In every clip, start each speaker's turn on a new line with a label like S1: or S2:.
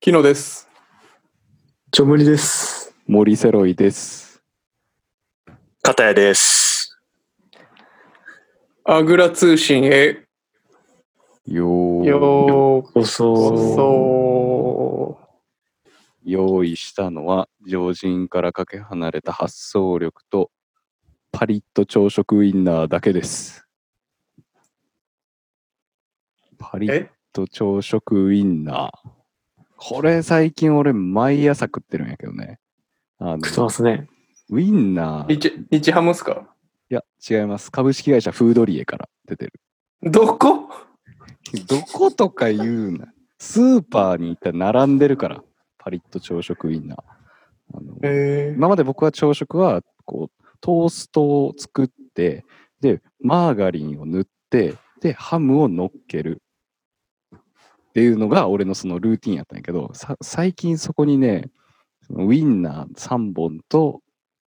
S1: 日野です。
S2: ちょむりです。
S3: 森セロイです。
S4: 片谷です。
S1: あぐら通信へ
S3: よー
S1: よう
S2: 放送。
S1: こそ。
S3: 用意したのは、常人からかけ離れた発想力と、パリッと朝食ウインナーだけです。パリッ
S1: え
S3: と朝食ウインナー。これ最近俺毎朝食ってるんやけどね。あの
S2: 食ってますね。
S3: ウインナー。い
S1: 日日ハムっすか
S3: や、違います。株式会社フードリエから出てる。
S1: どこ
S3: どことか言うな。スーパーに行ったら並んでるから、パリッと朝食ウインナー。あの
S1: えー、
S3: 今まで僕は朝食はこうトーストを作ってでマーガリンを塗ってでハムを乗っけるっていうのが俺のそのルーティンやったんやけどさ最近そこにねそのウインナー3本と、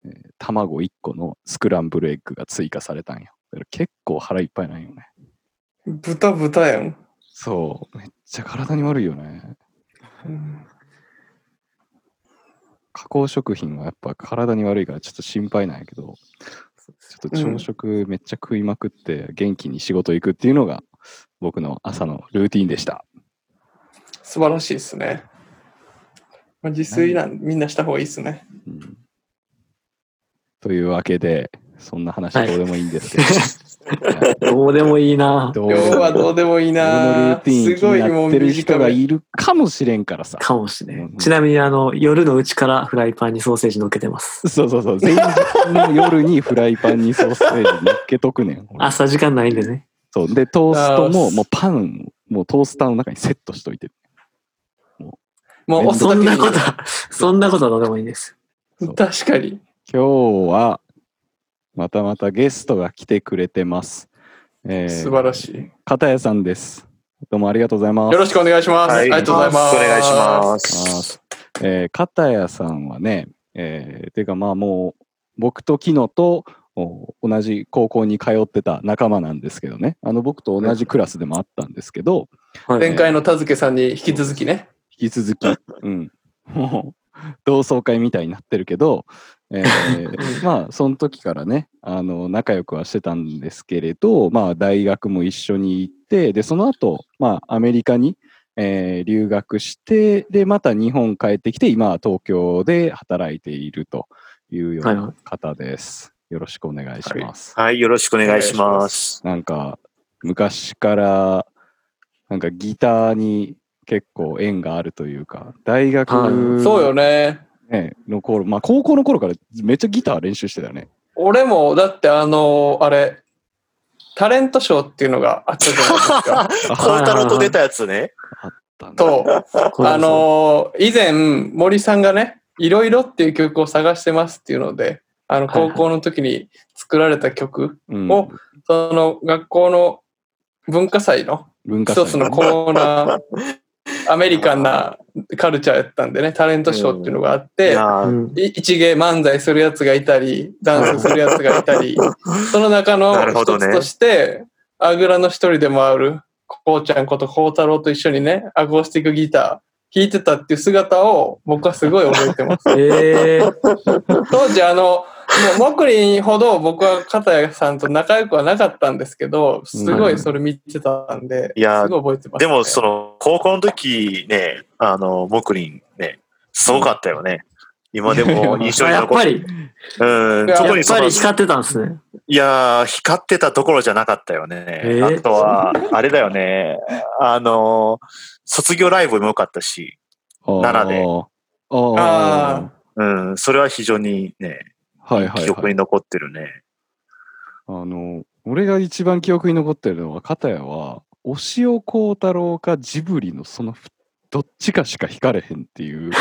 S3: えー卵1個のスクランブルエッグが追加されたんよだから結構腹いっぱいなんよね
S1: 豚豚やん。
S3: そうめっちゃ体に悪いよね加工食品はやっぱ体に悪いからちょっと心配なんやけど、ちょっと朝食めっちゃ食いまくって元気に仕事行くっていうのが僕の朝のルーティンでした。
S1: 素晴らしいっすね。まあ、自炊なんみんなした方がいいっすね。
S3: うんというわけで、そんな話どうでもいいんですけど、はい
S2: どうでもい いな。
S3: どう
S1: 今日はどうでもいい
S3: 俺のル
S1: な
S3: ーティン
S1: す
S3: 気
S1: ご
S3: に
S1: い
S3: な
S1: も
S3: っ
S1: う
S3: てる人
S1: 短
S3: が
S1: め。
S3: いるかもしれんからさ。
S2: かもしれ
S3: うん
S2: ん。ちなみに、あの、夜のうちからフライパンにソーセージ乗っけてます。
S3: そうそうそう。前日の夜にフライパンにソーセージ乗っけとくねん。俺
S2: 朝時間ないんでね。
S3: そう。で、トースト
S1: あ
S3: も、
S1: ー
S3: もうパンを、もうトースターの中にセットしといて。
S1: もう押す
S2: そ
S1: だけで
S2: ん
S1: い
S2: ないことは、そんなことはどうでもいいです。
S3: と
S1: 確かに。
S3: 今日は、またまたゲストが来てくれてます。えー、
S1: 素晴らしい。よ
S3: 片谷さんです。どうもありがとうございます。
S1: ろしくお願いします。ありがとうございます。
S4: お願いしま
S3: お願いします
S4: す。
S3: えー片谷さんはね、えー、ていうかまあもう、僕と木野とお同じ高校に通ってた仲間なんですけどね、あの僕と同じクラスでもあったんですけど、
S2: はい
S1: 前回の田助さんに引き続きね。
S3: 引き続き、うん、もう同窓会みたいになってるけど、えーまあその時からねあの仲良くはしてたんですけれど、まあ、大学も一緒に行ってでその後、まあアメリカに、えー留学してでまた日本帰ってきて今は東京で働いているというよう
S2: はい
S3: な
S2: はい。
S3: 方です。よろしくお願いします。
S4: はい、よろしくお願いします。
S3: なんか昔からなんかギターに結構縁があるというか大学、
S2: は
S1: そうよね。
S3: ね、の頃まあ高校の頃からめっちゃギター練習してたよね。
S1: 俺も、だってあのあれ、タレントショーっていうのがあったじゃないですか。
S4: コータロと出たやつね。
S1: と、あのー以前、森さんがね、いろいろっていう曲を探してますっていうので、あの、
S2: はいはい
S1: 高校の時に作られた曲、
S3: うん
S1: おその学校の文化祭の
S3: 文化
S1: 一
S3: 祭
S1: つのコーナー、アメリカンなカルチャーやったんでね、タレントショーっていうのがあって、
S4: なあ
S2: うん
S1: い一芸漫才するやつがいたり、ダンスするやつがい たり、その中の
S4: なるほ
S1: 一
S4: どね
S1: つとして、あぐらの一人でもある、こうちゃんことこうたろうと一緒にね、アコースティックギター弾いてたっていう姿を僕はすごい覚えて ます。
S2: えー
S1: 当時あの、もう、もくりんほど僕は片谷さんと仲良くはなかったんですけど、すごいそれ見てたんで、
S4: いや
S1: すごい覚えてます、
S4: でも、その、高校の時ね、あの、木林ね、すごかったよね。今でも印象に
S2: やっ
S4: 残
S2: ぱ
S4: る。
S2: り、
S4: うん、
S1: やっぱり
S4: 特
S2: や
S4: に
S2: っ
S4: そ
S2: ぱ
S4: の、
S2: り光ってたんですね。
S4: いやー、光ってたところじゃなかったよね。
S2: えー
S4: あとは、あれだよね、あの、卒業ライブも良かったし、奈良で
S3: あー
S1: あ
S4: うん、それは非常にね、
S3: はいはい
S4: 記憶
S3: は
S4: に
S3: い。
S4: 残ってるね。
S3: あの俺が一番記憶に残ってるのは片谷は押尾幸太郎かジブリのそのふどっちかしか弾かれへんって いう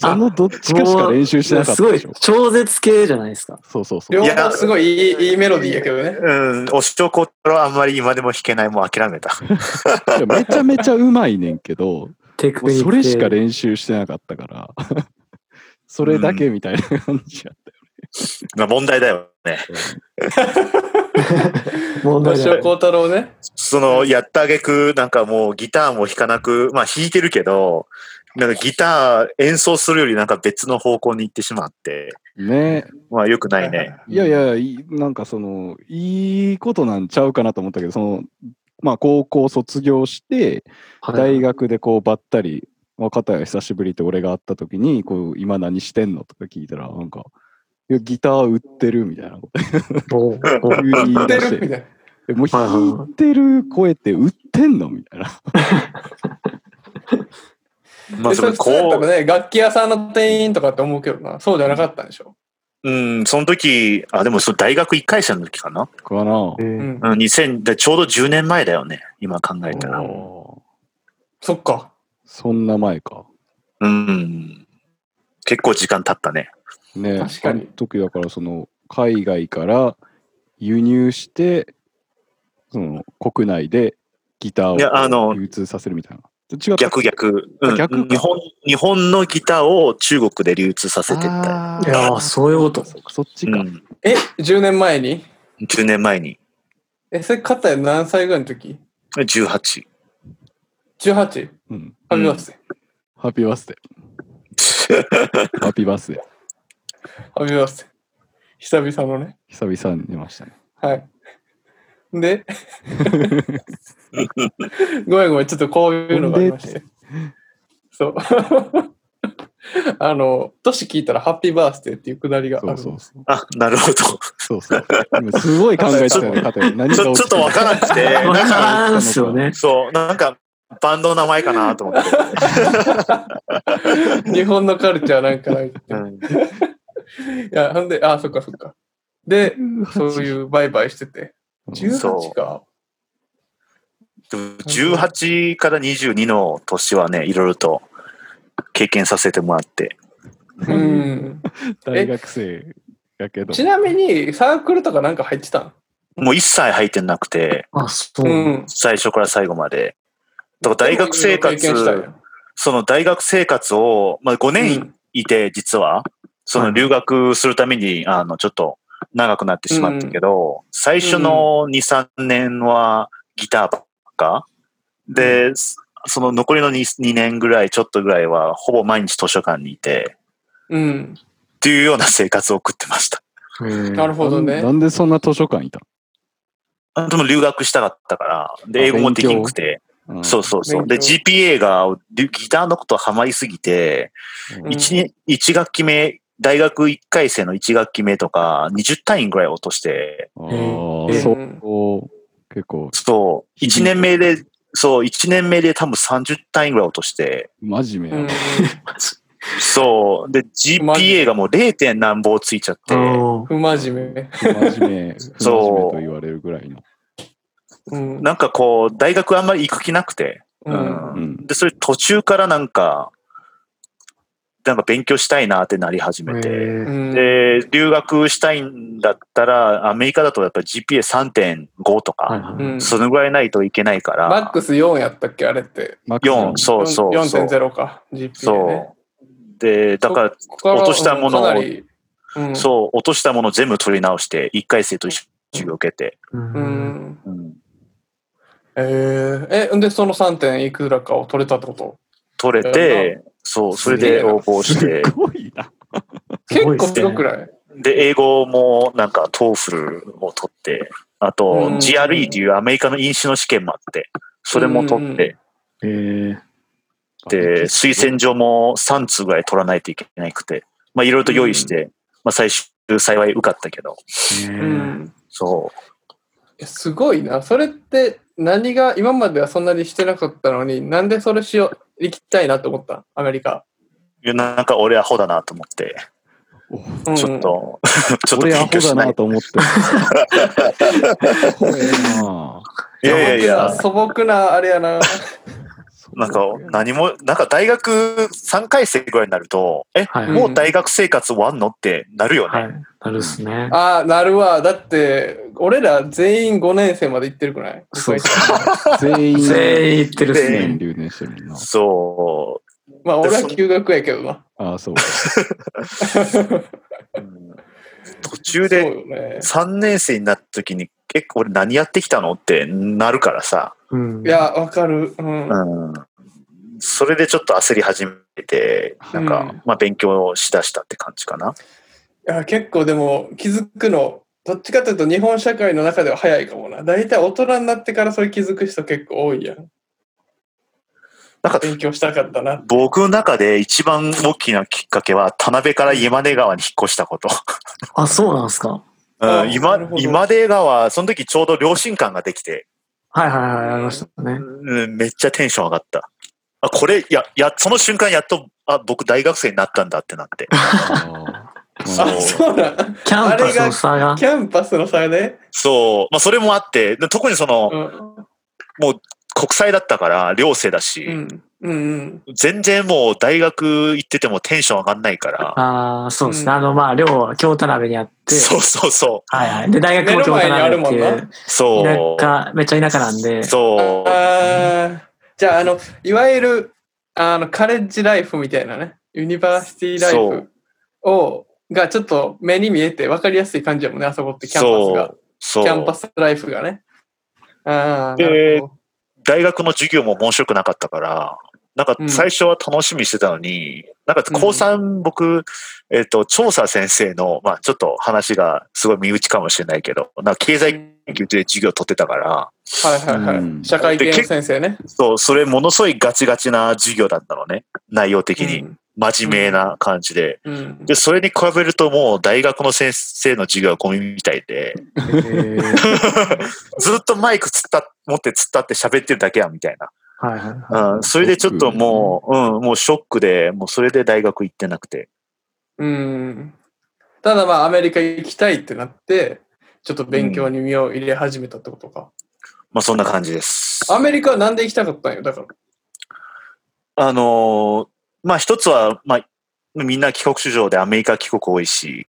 S3: そのどっちかしか練習してなかっ
S2: す
S3: た
S2: ご
S3: で
S2: い
S3: しょ。、
S2: 超絶系じゃないですか。
S3: そうそうそう
S1: 両
S4: いや
S1: 方すごいいいいいメロディーやけどね。
S4: うん、おしとこはあんまり今でも弾けない、もう諦めた。
S3: いやめちゃめちゃうまいねんけど
S2: テク
S3: もう
S2: ニック系。
S3: それしか練習してなかったから、それだけみたいな感じやっ
S4: まあ問題だよね。
S3: たよね。
S2: 問題
S1: 私
S2: な。
S1: はい孝太郎ね。
S4: その、やったあげく、なんかもうギターも弾かなく、まあ弾いてるけど、なんかギター演奏するよりなんか別の方向に行ってしまって、
S3: ね
S4: まあ良くないね。
S3: いやいや、いいなんかその、いいことなんちゃうかなと思ったけど、その、まあ、高校卒業して、
S2: はい
S3: 大学でこう、ばったり、若田が久しぶりって俺が会った時に、こう、今何してんのとか聞いたら、なんか、いやギター売ってるみたいなこと
S2: おうおう
S3: 言
S1: 売
S3: い
S1: って
S3: 出し
S1: るみ
S3: て、
S1: たい
S3: えもう弾いてる声って売ってんのみたいな。
S4: ま
S1: な。
S4: あ
S1: で
S4: そ
S1: それ
S4: れ
S1: 普通だったら
S4: こ
S1: ね、楽器屋さんの店員とかって思うけどな、そうじゃなかったんでしょ。
S4: う、うん、その時、あ、でもその大学1回生の時かな。
S3: かな
S2: え
S1: う
S2: ー
S1: ん
S4: う。ん、2000、でちょうど10年前だよね。今考えたら。
S3: おー
S1: そっか。
S3: そんな前か。
S4: うん。結構時間経ったね。
S3: ね
S1: 確かに
S3: あの時だからその海外から輸入してその国内でギタ
S4: いやあ
S3: ーを
S4: の
S3: 流通させるみたいな。違う
S4: 逆逆。うん、
S3: 逆か
S4: 日本、日本のギターを中国で流通させてった。
S3: あ
S2: いやー、
S3: ー
S2: そういうこと。
S3: そっち
S4: う
S3: か。
S4: ん。
S1: え、10年前に
S4: 10年前に。
S1: え、それ買ったや何歳ぐらいの時
S4: 18。
S1: ?18?
S3: うん。
S1: ハビバースデ
S3: ハッピーバースデー。ハッピーバースデー。
S1: ー。ハビバースデー。久々のね。
S3: 久々に出ましたね。
S1: はい。で、ごめんごめん、ちょっとこういうのがありまして。そう。あの、年聞いたらハッピーバースデーっていうくだりがあ
S3: そ
S1: る。
S3: うそうそう。
S4: あ、なるほど。ち
S3: そうそう。今すごい考えてたよね、片寄何が起きて
S4: ょ
S3: る
S4: ちょっとわからなくて、
S2: わ
S4: なんか、
S2: からんすよね。
S4: そう、なんか、バンドの名前かなと思って。
S1: 日本のカルチャーなんかない。
S4: うん、
S1: いや、ほんで、あ、そっかそっか。で、そ
S3: 18
S1: ういうバイバイしてて。
S4: そ
S1: 18
S4: う
S1: か。
S4: でも18から22の年はね、いろいろと経験させてもらって。
S1: う
S3: うん
S1: ん。
S3: 大学生やけど。
S1: ちなみに、サークルとかなんか入ってたん
S4: もう一切入ってなくて、
S2: あ、そうう。
S1: ん。
S4: 最初から最後まで。だから大学生
S1: 経験したん
S4: 活、
S1: や
S4: その大学生活を、まあ5
S1: う
S4: 年
S1: ん
S4: いて、実は、その留学するために、あの、ちょっと長くなってしまったけど、最初の2、3年はギターばっか。で、その残りの 2, 2年ぐらい、ちょっとぐらいは、ほぼ毎日図書館にいて、
S1: うん。
S4: っていうような生活を送ってました。
S2: えー
S1: なるほどね
S3: な。んでそんな図書館いた
S4: あでも留学したかったから、で、英語もできなくて、
S3: の
S4: そうそうそう。で、
S1: 勉強
S4: GPA がギターのことハマりすぎて、
S1: うん
S4: 一年一学期目、大学1回生の1学期目とか、20単位ぐらい落として、
S3: ああ、
S1: えー
S3: そう、結構、
S4: そう、1年目で、そう、1年目で多分30単位ぐらい落として、
S3: 真面目
S1: う
S3: や
S1: ん
S3: な。
S4: そう、で、
S1: マジ
S4: GPA がもう 0. 点何ぼついちゃって、
S2: うん
S1: 不真面目。
S3: 真面目、不真面
S4: そう
S3: 目と言われるぐらいの。
S1: うん。
S4: なんかこう、大学あんまり行く気なくて、
S1: う
S4: うん
S1: ん。
S3: うん。
S4: で、それ途中からなんか、なんか勉強したいなってなり始めて、
S2: えー
S4: で、留学したいんだったら、アメリカだとやっぱり GPA3.5 と
S2: はい
S4: か、
S2: は
S1: う
S2: い
S1: ん
S4: そのぐらいないといけないから、
S1: マックス4やったっけあれって。
S3: マックス
S4: 4、そうそうそう。
S1: 4.0か。GPA ね。
S4: そう。で、だから、
S1: ここから
S4: 落としたものを
S1: かなりうん。
S4: そう、落としたもの全部取り直して、1回生と一緒に授業を受けて、
S2: う。
S1: うんん。
S4: うん
S1: えー、え、んでその3点いくらかを取れたってこと
S4: 取れ
S1: だ
S4: て、そう、それで応募して
S3: す、ごいな。
S1: 結
S2: ごいっ
S1: 構
S2: すね
S1: すごくない
S4: で、英語もなんか、トーフルを取って、あと、
S1: うん
S4: GRE っていうアメリカの飲酒の試験もあって、それも取って、
S2: えー
S4: で、推薦状も3通ぐらい取らないといけなくて、まあ、いろいろと用意して、まあ、最終、幸い受かったけど、
S2: え
S1: う
S2: ー
S1: ん。
S4: そ
S1: えすごいな。それって何が、今まではそんなにしてなかったのに、なんでそれしよう、行きたいなと思ったアメリカ。
S4: う、いやなんか俺アホだなと思って、
S1: うん
S4: ちょっ。と、 ちょっと
S3: 俺ア
S4: 勉
S3: ホ
S4: 強し
S3: だ
S4: な。
S3: ないと思って。怖えない
S4: やいやいや、
S1: 素朴なあれや な。
S4: なんか何も、なんか大学3回生ぐらいになると、え、
S2: はい。
S1: うん
S4: もう大学生活終わんのってなるよね。
S2: はい。なるっすね。
S1: ああ、なるわ。だって、俺ら全員5年生まで行ってるくない
S2: そう
S1: 僕は行って
S3: 全員、
S2: 全員言ってるっす
S3: 全
S2: ね
S3: 員。留年してるもんな。
S4: そ
S1: ないまあ、俺は休学やけどな。
S3: ああ、そう。
S4: う。うん途中で
S1: そうよね。
S4: 3年生になった時に結構俺何やってきたのってなるからさ、
S2: うん。
S1: いや、わかる。うん。
S4: うん、それでちょっと焦り始めてなんか、
S1: うん
S4: まあ、勉強をしだしたって感じかな。
S1: いや結構でも気づくのどっちかというと日本社会の中では早いかもな大体大人になってからそれ気づく人結構多いやん
S4: なんか
S1: 勉強したかったな
S4: 僕の中で一番大きなきっかけは田辺から山根川に引っ越したこと。
S2: あ、そうなんすか。
S1: あ
S4: うん
S1: な
S4: 今
S1: るほど
S4: 今出川、その時ちょうど両親間ができて、
S2: はいはいはい、ありましたね。
S4: うん、めっちゃテンション上がった。あ、これ、や、や、その瞬間やっと、あ、僕大学生になったんだって なって。
S3: あー
S4: そう
S1: あそうなん
S2: キャンパスの差が。
S1: キャンパスの差で、
S4: そう、まあそれもあって、で特にその、
S1: うん、
S4: 国際だったから、寮生だし、
S1: うんうんうん
S4: 全然もう大学行っててもテンション上がんないから、
S2: ああ、そうです
S1: うん
S2: ね。あの、まあ、寮は京田辺にあって、
S4: そうそうそ
S2: はいはい。で、大学も京田辺っ
S1: 目の
S2: て
S1: 前にあ
S2: い
S1: るもん
S2: う、
S4: う、そ
S2: 田舎、めっちゃ田舎なんで
S4: う、、そ
S1: あーじゃああのいわゆるあのカレッジライフみたいなねユニバーシティラ
S4: そ
S1: イ
S4: う
S1: フをがちょっと目に見えて分かりやすい感じやもんねあそこっ
S4: う、
S1: てキャンパス
S4: そ
S1: が
S4: う、そう
S1: キャンパスライフがねああ
S4: で大学の授業も面白くなかったから、なんか
S1: うん
S4: 最初は楽しみにしてたのに、なんか高3、僕、えっ、と、調査先生の、まあちょっと話がすごい身内かもしれないけど、なんか経済研究で授業取ってたから、
S1: はいはいはい。
S3: うん
S1: 社会系の先生ね。
S4: そう、それものすごいガチガチな授業だったのね。内容的
S1: う
S4: に。
S1: ん
S4: 真面目な感じで。
S1: うん
S4: で、それに比べるともう大学の先生の授業はゴミみたいで、
S2: えー
S4: ずっとマイクつった、持ってつったって喋ってるだけや、みたいな。
S2: はいはいはい。
S4: うん、それでちょっともう、うん、もうショックで、もうそれで大学行ってなくて。
S1: うんただまあアメリカ行きたいってなって、ちょっと勉強に身を入れ始めたってことか。
S4: まあそんな感じです。
S1: アメリカはなんで行きたかったんよ、だから。
S4: あのーまあ一つは、まあ、みんな帰国子女でアメリカ帰国多いし、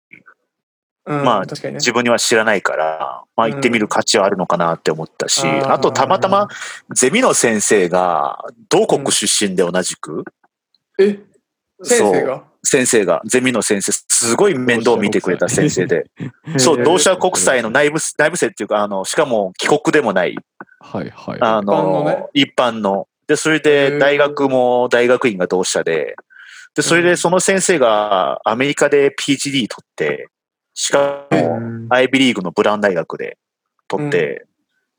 S1: うん、
S4: まあ
S1: 確かにね。
S4: 自分には知らないから、まあ行ってみる価値はあるのかなって思ったし、
S1: うん
S4: あとたまたまゼミの先生が、同国出身で同じく、
S1: え先生
S4: そう
S1: が。
S4: 先生が、ゼミの先生、すごい面倒見てくれた先生で、そう、
S2: えー
S4: 同社国際の内部、内部生っていうか、あの、しかも帰国でもない、
S3: はいはい。
S4: あの、一般の。で、それ
S1: へ
S4: で
S1: ー
S4: 大学も大学院が同社で、で、それでその先生がアメリカで PhD 取って、しか
S2: う
S4: も
S2: ん
S4: アイビリーグのブラウン大学で取って、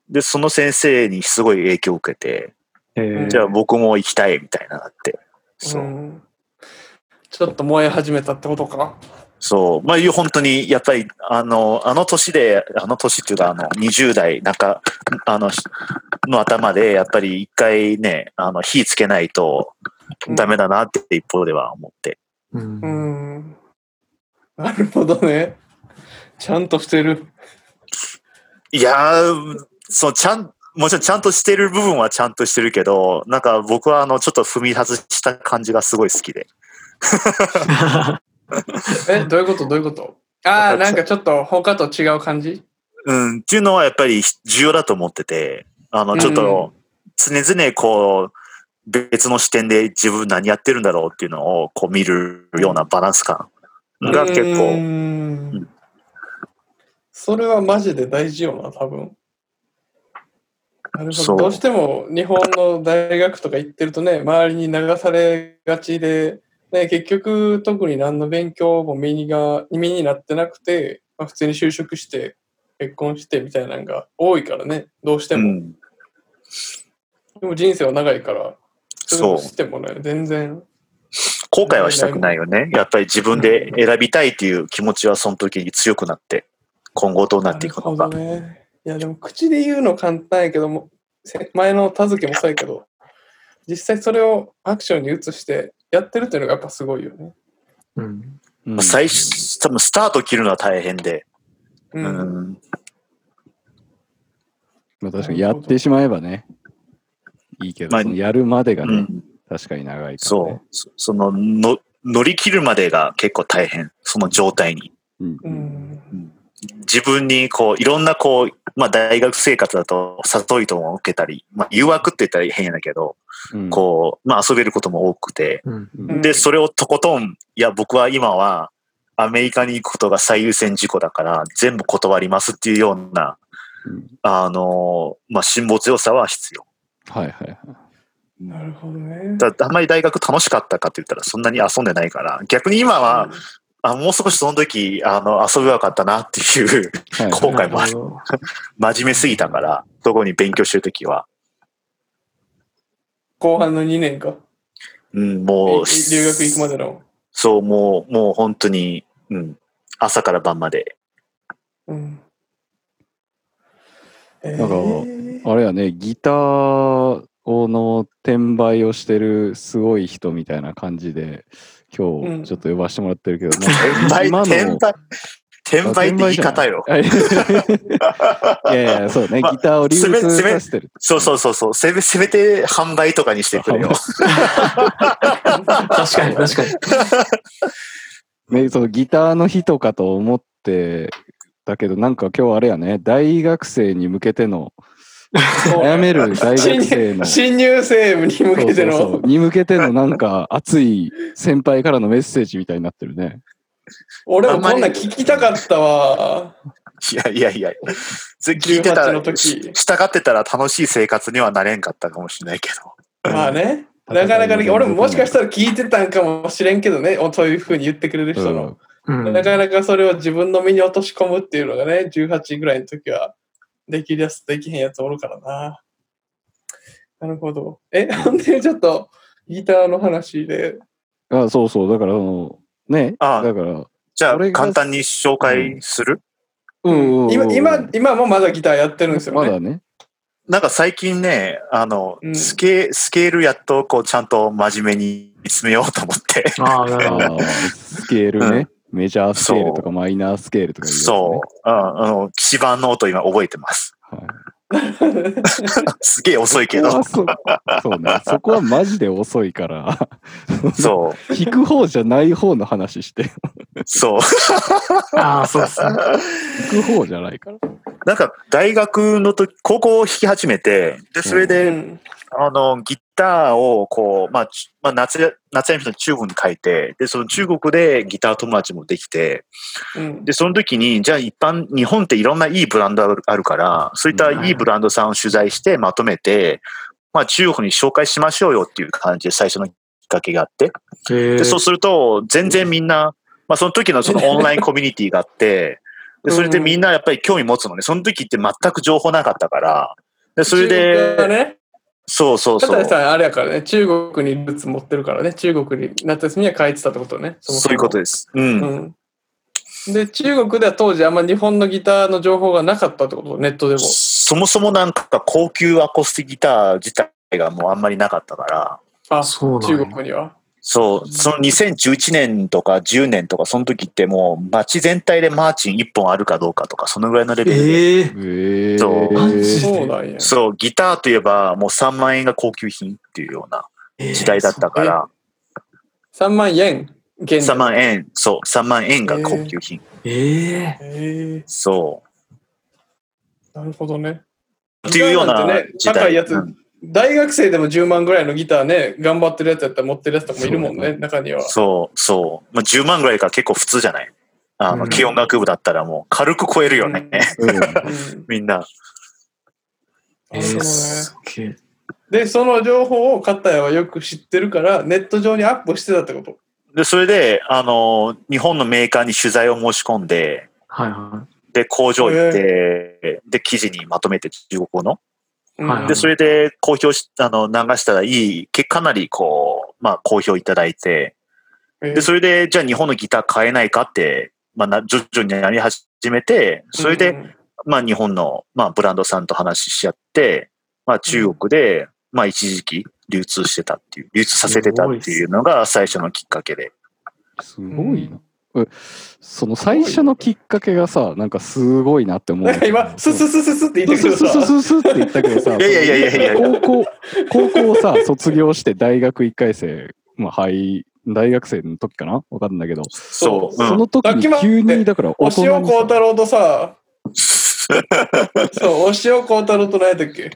S4: で、その先生にすごい影響を受けて、
S2: えー
S4: じゃあ僕も行きたいみたいななって。そうう。
S1: んちょっと燃え始めたってことか。
S4: そう。まあ、いう本当に、やっぱり、あの、あの年で、あの年っていうか、あの、20代中、あの、の頭で、やっぱり一回ね、あの、火つけないと
S1: うん
S4: ダメだなって一方では思って。
S2: うん
S1: うん。なるほどね。ちゃんとしてる。
S4: いやー、そう、ちゃん、もちろんちゃんとしてる部分はちゃんとしてるけど、なんか僕はあの、ちょっと踏み外した感じがすごい好きで。
S1: え、どういうことどういうことああ、なんかちょっと他と違う感じ
S4: うん、っていうのはやっぱり重要だと思ってて、あの、ちょっと、常々こう、別の視点で自分何やってるんだろうっていうのをこう見るようなバランス感が結
S1: うー
S4: 構、うんん
S1: それはマジで大事よな多分なるほ
S4: そ
S1: ど
S4: う
S1: どうしても日本の大学とか行ってるとね周りに流されがちで、ね、結局特に何の勉強も身にが身になってなくて、まあ、普通に就職して結婚してみたいなのが多いからねどうして
S4: う
S1: も、
S4: ん、
S1: でも人生は長いから
S4: そう
S1: れをしてもね全然
S4: 後悔はしたくないよね。やっぱり自分で選びたいっていう気持ちはその時に強くなって、今後どうなっていくのか
S1: な。るほどね。いや、でも口で言うの簡単やけども、せ前の田月もそうやけど、実際それをアクションに移してやってるっていうのがやっぱすごいよね。
S2: うん
S3: うん
S4: まあ最初、多分スタート切るのは大変で、
S1: う。
S4: うんん、
S3: まあ確かにやってしまえばね、いいけ
S4: ま
S3: ど、
S4: あ
S3: そのやるまでが
S4: う
S3: ね、
S4: ん
S3: 確かに長いから
S4: そ
S3: ね。
S4: う、そそのの、乗り切るまでが結構大変、その状態に。
S3: うん
S1: う。ん。
S4: 自分にこういろんなこう、まあ、大学生活だと誘いとも受けたり、まあ、誘惑って言ったら変やけど、
S3: うん
S4: こう、まあ、遊べることも多くて
S2: うん
S3: う
S1: うん
S3: ん
S4: でそれをとことんいや僕は今はアメリカに行くことが最優先事項だから、全部断りますっていうような、
S3: うん
S4: あの、まあ、辛抱強さは必要。
S3: はいはいはい。
S1: なるほどね。
S4: だあんまり大学楽しかったかって言ったらそんなに遊んでないから、逆に今は、あもう少しその時、あの、遊べばよかったなっていう、
S3: はい
S4: こ今回もある
S2: なるほど
S4: 真面目すぎたから、どこに勉強してる時は、
S1: 後半の2年か。
S4: うん、
S1: え
S4: もう、
S1: 留学行くまでの。
S4: そう、もう、もう本当に、うん、朝から晩まで。
S1: うん。え
S3: なんか
S1: ー
S3: あれやね、ギターの転売をしてるすごい人みたいな感じで、今
S1: うん
S3: 日ちょっと呼ばせてもらってる けど、
S4: 転売、
S3: なんか今
S4: 転
S3: の。
S4: 売、転売って言い方よ。
S3: あ。転売じゃないいやいや、そうね、
S4: まあ
S3: ギターを流通させてる。
S4: そうそうそうそう、せめ、せめて販売とかにしてくれよ。
S2: 確かに、確かに。
S3: ね、そのギターの日とかと思ってたけど、なんか今日あれやね、大学生に向けての、
S1: そう
S3: 悩める大
S1: 新
S3: 学生
S1: 入
S3: の。
S1: 新入生に向けて
S3: そうそう
S1: の
S3: そうに向けてのなんか熱い先輩からのメッセージみたいになってるね。
S1: 俺もこんなん聞きたかったわ。
S4: いやいやいや、それ聞いてた
S1: 18の
S4: ら、
S1: 時
S4: し従ってたら楽しい生活にはなれんかったかもしれないけど。
S1: まあ ね。なかなかね、俺ももしかしたら聞いてたんかもしれんけどね、おそういうふうに言ってくれる人の。
S2: うん
S1: なかなかそれを自分の身に落とし込むっていうのがね、18ぐらいの時はできるやつ、できへんやつおるからな。なるほど。え、ほんでちょっとギターの話で、
S3: あそうそう、だからその、ね、
S4: あ
S3: だから、
S4: じゃあ
S3: 俺、が
S4: 簡単に紹介する、
S3: うんうん
S1: 今今今もまだギターやってるんですよね。
S3: まだね、
S4: なんか最近ね、あの、
S1: うん
S4: スケスケールやっとこうちゃんと真面目に見つめようと思って。
S2: ああ、なるほど。
S3: あースケールね、メジャースケールとかマイナースケールとかいうやつね
S4: そう。うんあの、基盤の音今覚えてます。
S3: はい
S4: すげえ遅い け
S3: そこ
S4: ど
S3: は。そうそうね、そこはマジで遅いから、
S4: そ
S3: 弾く方じゃない方の話して、
S4: う。そう。
S2: ああ、そうですね。
S3: 弾く方じゃないから。
S4: なんか、大学の時、高校を弾き始めて、で、それ
S1: う
S4: で、
S1: ん、
S4: あの、ギターを、こう、まあ、ちまあ、夏や、夏休みの中国に書いて、で、その中国でギター友達もできて、
S1: うん。
S4: で、その時に、じゃあ一般、日本っていろんないいブランドあるあるから、そういったいいブランドさんを取材してまとめて、まあ、中国に紹介しましょうよっていう感じで最初のきっかけがあって、
S2: へ
S4: で
S2: え
S4: そうすると、全然みんな、まあ、その時のそのオンラインコミュニティがあって、でそれでみんなやっぱり興味持つのね、その時って全く情報なかったから、でそれ
S1: 中国は
S4: で、
S1: ね、
S4: そうそう
S1: た
S4: そ
S1: だ
S4: う
S1: で。さえあれやからね、中国にルーツ持ってるからね、中国に夏休みには帰ってたってことね。も
S4: そ
S1: も
S4: ういうことです。うん。
S1: うん。で、中国では当時あんま日本のギターの情報がなかったってこと、ネットでも。
S4: そもそもなんか高級アコースティックギター自体がもうあんまりなかったから、
S1: あ、
S2: そうなんや
S1: 中国には。
S4: そう、その2011年とか10年とかその時ってもう街全体でマーチン1本あるかどうかとか、そのぐらいのレベルで。
S2: ええ
S3: えー、
S4: そう
S2: マジで
S1: そうなんや。
S4: そう、ギターといえばもう3万円が高級品っていうような時代だったから、
S1: 3万円現
S4: 3万円、そう、3万円が高級品。
S2: ええ
S1: え
S4: そ
S1: ー、なるほどね。
S4: う。っていうよう
S1: ギターなん
S4: な
S1: てね
S4: 時代。
S1: 高いやつ
S4: うん
S1: 大学生でも10万ぐらいのギターね、頑張ってるやつやったら持ってるやつとかもいるもんね、中には。
S4: そう、そう。まあ、10万ぐらいから結構普通じゃないあの、
S2: うん
S4: 気温学部だったらもう軽く超えるよね。
S1: うん
S3: うん
S1: うん
S4: みんな。
S1: な
S2: え
S1: るほど
S2: え
S1: ね
S2: すっげえ。
S1: で、その情報をカッタヤはよく知ってるから、ネット上にアップしてたってこと。
S4: で、それで、あの、日本のメーカーに取材を申し込んで、
S2: はいは
S4: で、工場行って、で、記事にまとめて中国語の。
S1: うん
S2: はいはい
S4: で、それで公表し、あの、流したらいい、けかなりこう、まあ、好評いただいて、
S1: え
S4: で、それで、じゃあ日本のギター買えないかって、まあ、な徐々になり始めて、それで、
S1: うん
S4: まあ、日本の、まあ、ブランドさんと話しし合って、まあ、中国で、まあ、一時期流通してたっていう、流通させてたっていうのが最初のきっかけで。
S3: すごいな。えその最初のきっかけがさ、なんかすごいなって思う
S1: なんか今、スススススって言って
S3: ス
S1: くる
S3: スス
S1: さ。
S3: ススって言ったけどさ、
S4: いやいやいやいやいや
S3: 高校、高校をさ、卒業して大学1回生、まあ、はい、大学生の時かなわかんないけど、
S4: そうう。
S3: その時に急に、だから大
S1: 押
S3: 人
S1: 尾
S3: に
S1: 幸
S3: さ
S1: 太郎とさ、
S4: うん
S1: そう、押尾幸太郎と何やったっけ
S2: い。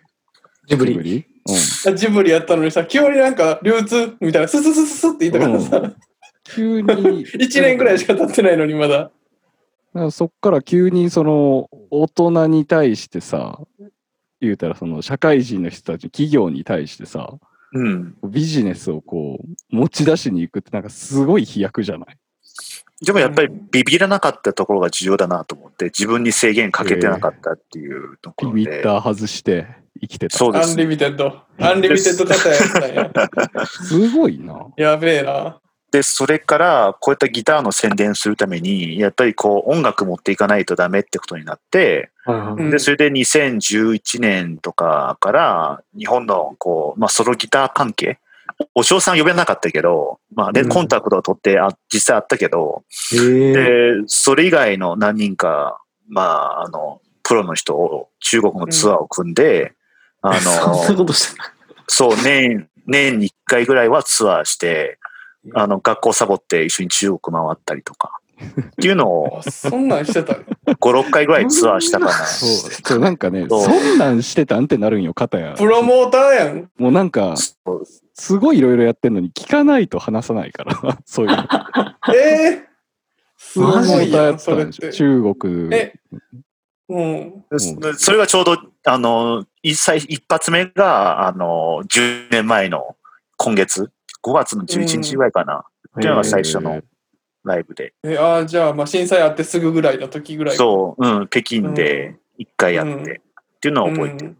S2: ジブ
S3: ジ
S2: リ
S3: ブ。リうん。
S1: ジブリやったのにさ、急になんか流通みたいな、スススススって言ったからさ、
S3: 急に。
S1: 1年くらいしか経ってないのにまだ。
S3: だからそっから急にその大人に対してさ言うたらその社会人の人たち企業に対してさ
S4: うん。
S3: ビジネスをこう持ち出しに行くってなんかすごい飛躍じゃない
S4: でもやっぱりビビらなかったところが重要だなと思って、自分に制限かけてなかったっていうとこ
S3: リ
S4: ろ
S3: ミ
S4: で
S3: ッ。ター外して生きてた
S4: そうで
S1: ア
S4: す
S1: ンリ
S4: ね。
S1: ミテッド。アンリミテッド型やったんや。
S3: すごいな
S1: やべえな。
S4: で、それから、こういったギターの宣伝するために、やっぱりこう音楽持っていかないとダメってことになって、
S2: はい
S1: うん
S4: で、それで2011年とかから、日本のこう、まあ、ソロギター関係、お嬢さん呼べなかったけど、まあ、で、
S2: うん
S4: コンタクトを取って、あ実際あったけど、
S2: へえ。
S4: で、それ以外の何人か、まあ、あの、プロの人を、中国のツアーを組んで、あ
S2: そんな
S4: の、
S2: ことしてた。
S4: そう、年、年に1回ぐらいはツアーして、あの、学校サボって一緒に中国回ったりとか、っていうのを
S1: あそんなんしてたね。
S4: 5、6回ぐらいツアーしたか な。
S3: そうそうなんかね
S4: そう
S3: そんなんしてたんってなるんよ片や
S1: プロモーターやん。
S3: もうなんか
S4: そう
S3: すごいいろいろやってんのに聞かないと話さないから そう いうの
S1: ええすご
S2: マジ
S1: いや
S3: や
S1: ん、
S3: っ
S1: そ
S3: た
S1: れっ
S3: んでしょ
S1: て。
S3: 中国
S1: え、うん。
S3: う
S4: それがちょうど、あの、一歳一発目が、あの、10年前の今月、5月の11日ぐらいかな、っていうのが最初のライブで。
S1: え、あーじゃあ、まあ、震災あってすぐぐらいの時ぐらい。
S4: そう、うん、北京で一回やって、
S1: うん
S4: っていうのを覚えてる。
S1: うん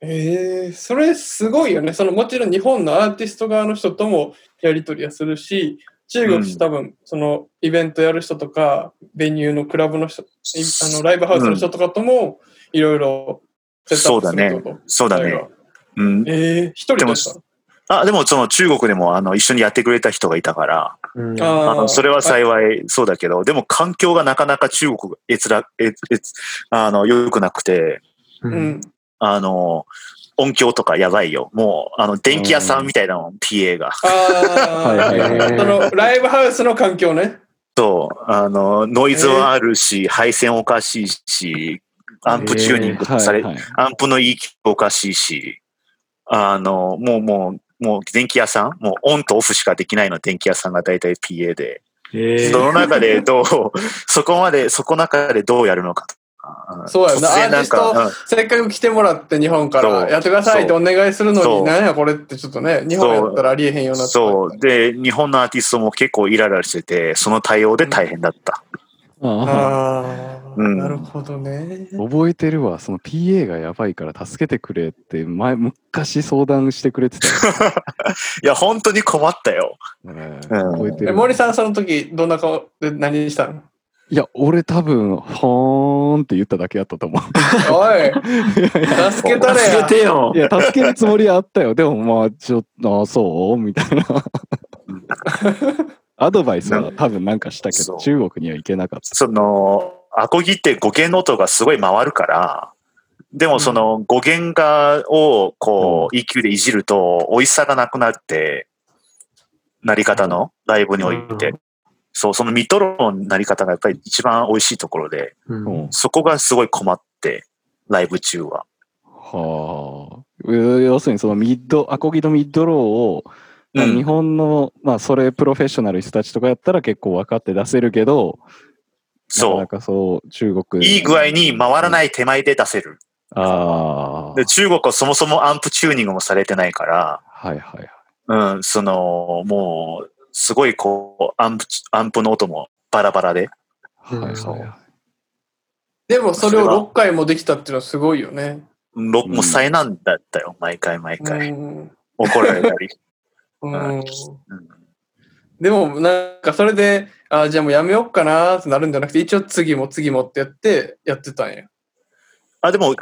S1: えーそれすごいよねそのもちろん日本のアーティスト側の人ともやり取りはするし中国
S4: う
S1: 市
S4: ん
S1: 多分そのイベントやる人とかベニューのクラブの人いあのライブハウスの人とかともいろいろ
S4: そうだね
S1: セットアップするってこと
S4: そうだね。うん。
S1: えー、一人でした
S4: あ、でもその中国でもあの一緒にやってくれた人がいたから、
S2: うん
S4: あのそれは
S1: 後
S4: 幸いそうだけど、でも環境がなかなか中国が閲覧、え閲あの、良くなくて、
S2: う
S1: うんん
S4: あの、音響とかやばいよ。もう、あの、電気屋さんみたいなの、PA が。
S1: あ
S3: はいはい
S2: は
S1: あ
S2: い
S1: そのライブハウスの環境ね
S4: そう、あの、ノイズはあるし、配線おかしいし、アンプチューニングされ、
S3: はいはい
S4: アンプのいい気おかしいし、あの、もうもう、もう電気屋さんもうオンとオフしかできないの電気屋さんが大体 PA で。
S2: へえ
S4: そ。の中でどう、そこまで、そこ中でどうやるのかとか。
S1: そうやな
S4: 突然なん
S1: アーティ
S4: か、
S1: せっかく来てもらって日本か
S4: そう
S1: らやってくださいってお願いするの
S4: そう
S1: に何やこれってちょっとね日本やったらありえへんよ
S4: う
S1: うんな
S4: そう。で、日本のアーティストも結構イライラしてて、その対応で大変だった。
S3: ああ
S1: ああ、
S4: うん
S1: なるほどね。
S3: 覚えてるわその PA がやばいから助けてくれって前昔相談してくれてたよ
S4: いや、本当に困ったよ。
S3: うん
S4: うん
S3: 覚えて
S1: え
S3: る
S1: 森さんその時どんな顔で何したの
S3: いや俺多分ほーんって言っただけやったと思う
S1: おい助けたれ
S2: 助け
S1: や
S2: てよ
S3: い。や助けるつもりはあったよでもまあちょっとあそうみたいな アドバイスは多分なんかしたけ
S4: そ
S3: ど
S4: う
S3: 中国には行けなかった
S4: その、アコギって語源の音がすごい回るから、でもその語源が、をこう、EQ でいじると、美味しさがなくなって、なり方のライブにおいて
S2: う。
S4: そう、そのミトロのなり方がやっぱり一番美味しいところで、
S2: うん
S3: うん
S4: そこがすごい困って、ライブ中は。
S3: はあ要要するにそのミッドアコギのミッドローをまあ
S4: うん
S3: 日本の、まあ、それプロフェッショナル人たちとかやったら結構分かって出せるけど、なか
S4: そ
S3: なかそう、中
S4: う。
S3: 国。。
S4: いい具合に回らないい手前で出せる。
S3: ああ。
S4: で中国はそもそもアンプチューニングもされてないから、
S3: はいはいはい。
S4: うん、その、もう、すごいこう、アンプ、アンプの音もバラバラで。
S3: はいはい
S2: そ
S3: は
S2: う
S3: い
S1: でもそれ
S4: それは
S1: を6回もできたっていうのはすごいよね。
S4: ロ
S3: うん
S4: もう災難だったよ、毎回毎
S1: う
S4: 回。
S1: ん。
S4: 怒られた り。
S1: うん
S4: うん
S1: でもなんかそれで、あーじゃあもうやめようかなーってなるんじゃなくて、一応次も次もってやってやってたんや。
S4: あ、でも、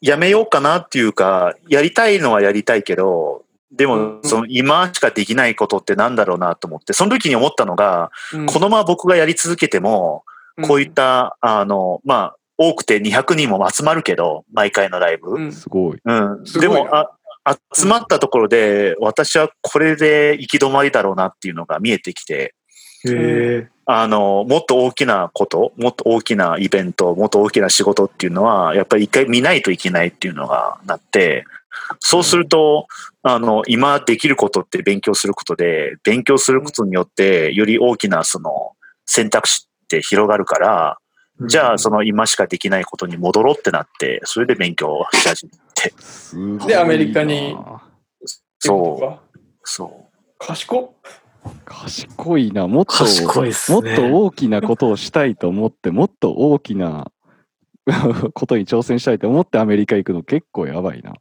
S4: やめようかなっていうか、やりたいのはやりたいけど、でも
S1: う、ん
S4: その今しかできないことってなんだろうなと思って、その時に思ったのが、
S1: うん
S4: このまま僕がやり続けても、こういっ、た、あの、まあ、多くて200人も集まるけど、毎回のライブ。
S1: うん
S3: すごい。
S4: うん、
S1: す
S4: で
S1: ごいな
S4: もあ集まったところで、私はこれで行き止まりだろうなっていうのが見えてきて、
S2: へえ。
S4: あの、もっと大きなこと、もっと大きなイベント、もっと大きな仕事っていうのは、やっぱり一回見ないといけないっていうのがなって、そうすると、あの、今できることって勉強することで、勉強することによって、より大きなその選択肢って広がるから、じゃあその今しかできないことに戻ろうってなって、それで勉強し始める。
S3: すごいな
S1: でアメリカに
S4: そう。そう。
S1: う。賢っ
S3: 賢いな、もっと、
S2: 賢いです
S3: もっ
S2: ね。
S3: と大きなことをしたいと思って、もっと大きな ことに挑戦したいと思ってアメリカ行くの結構やばいな。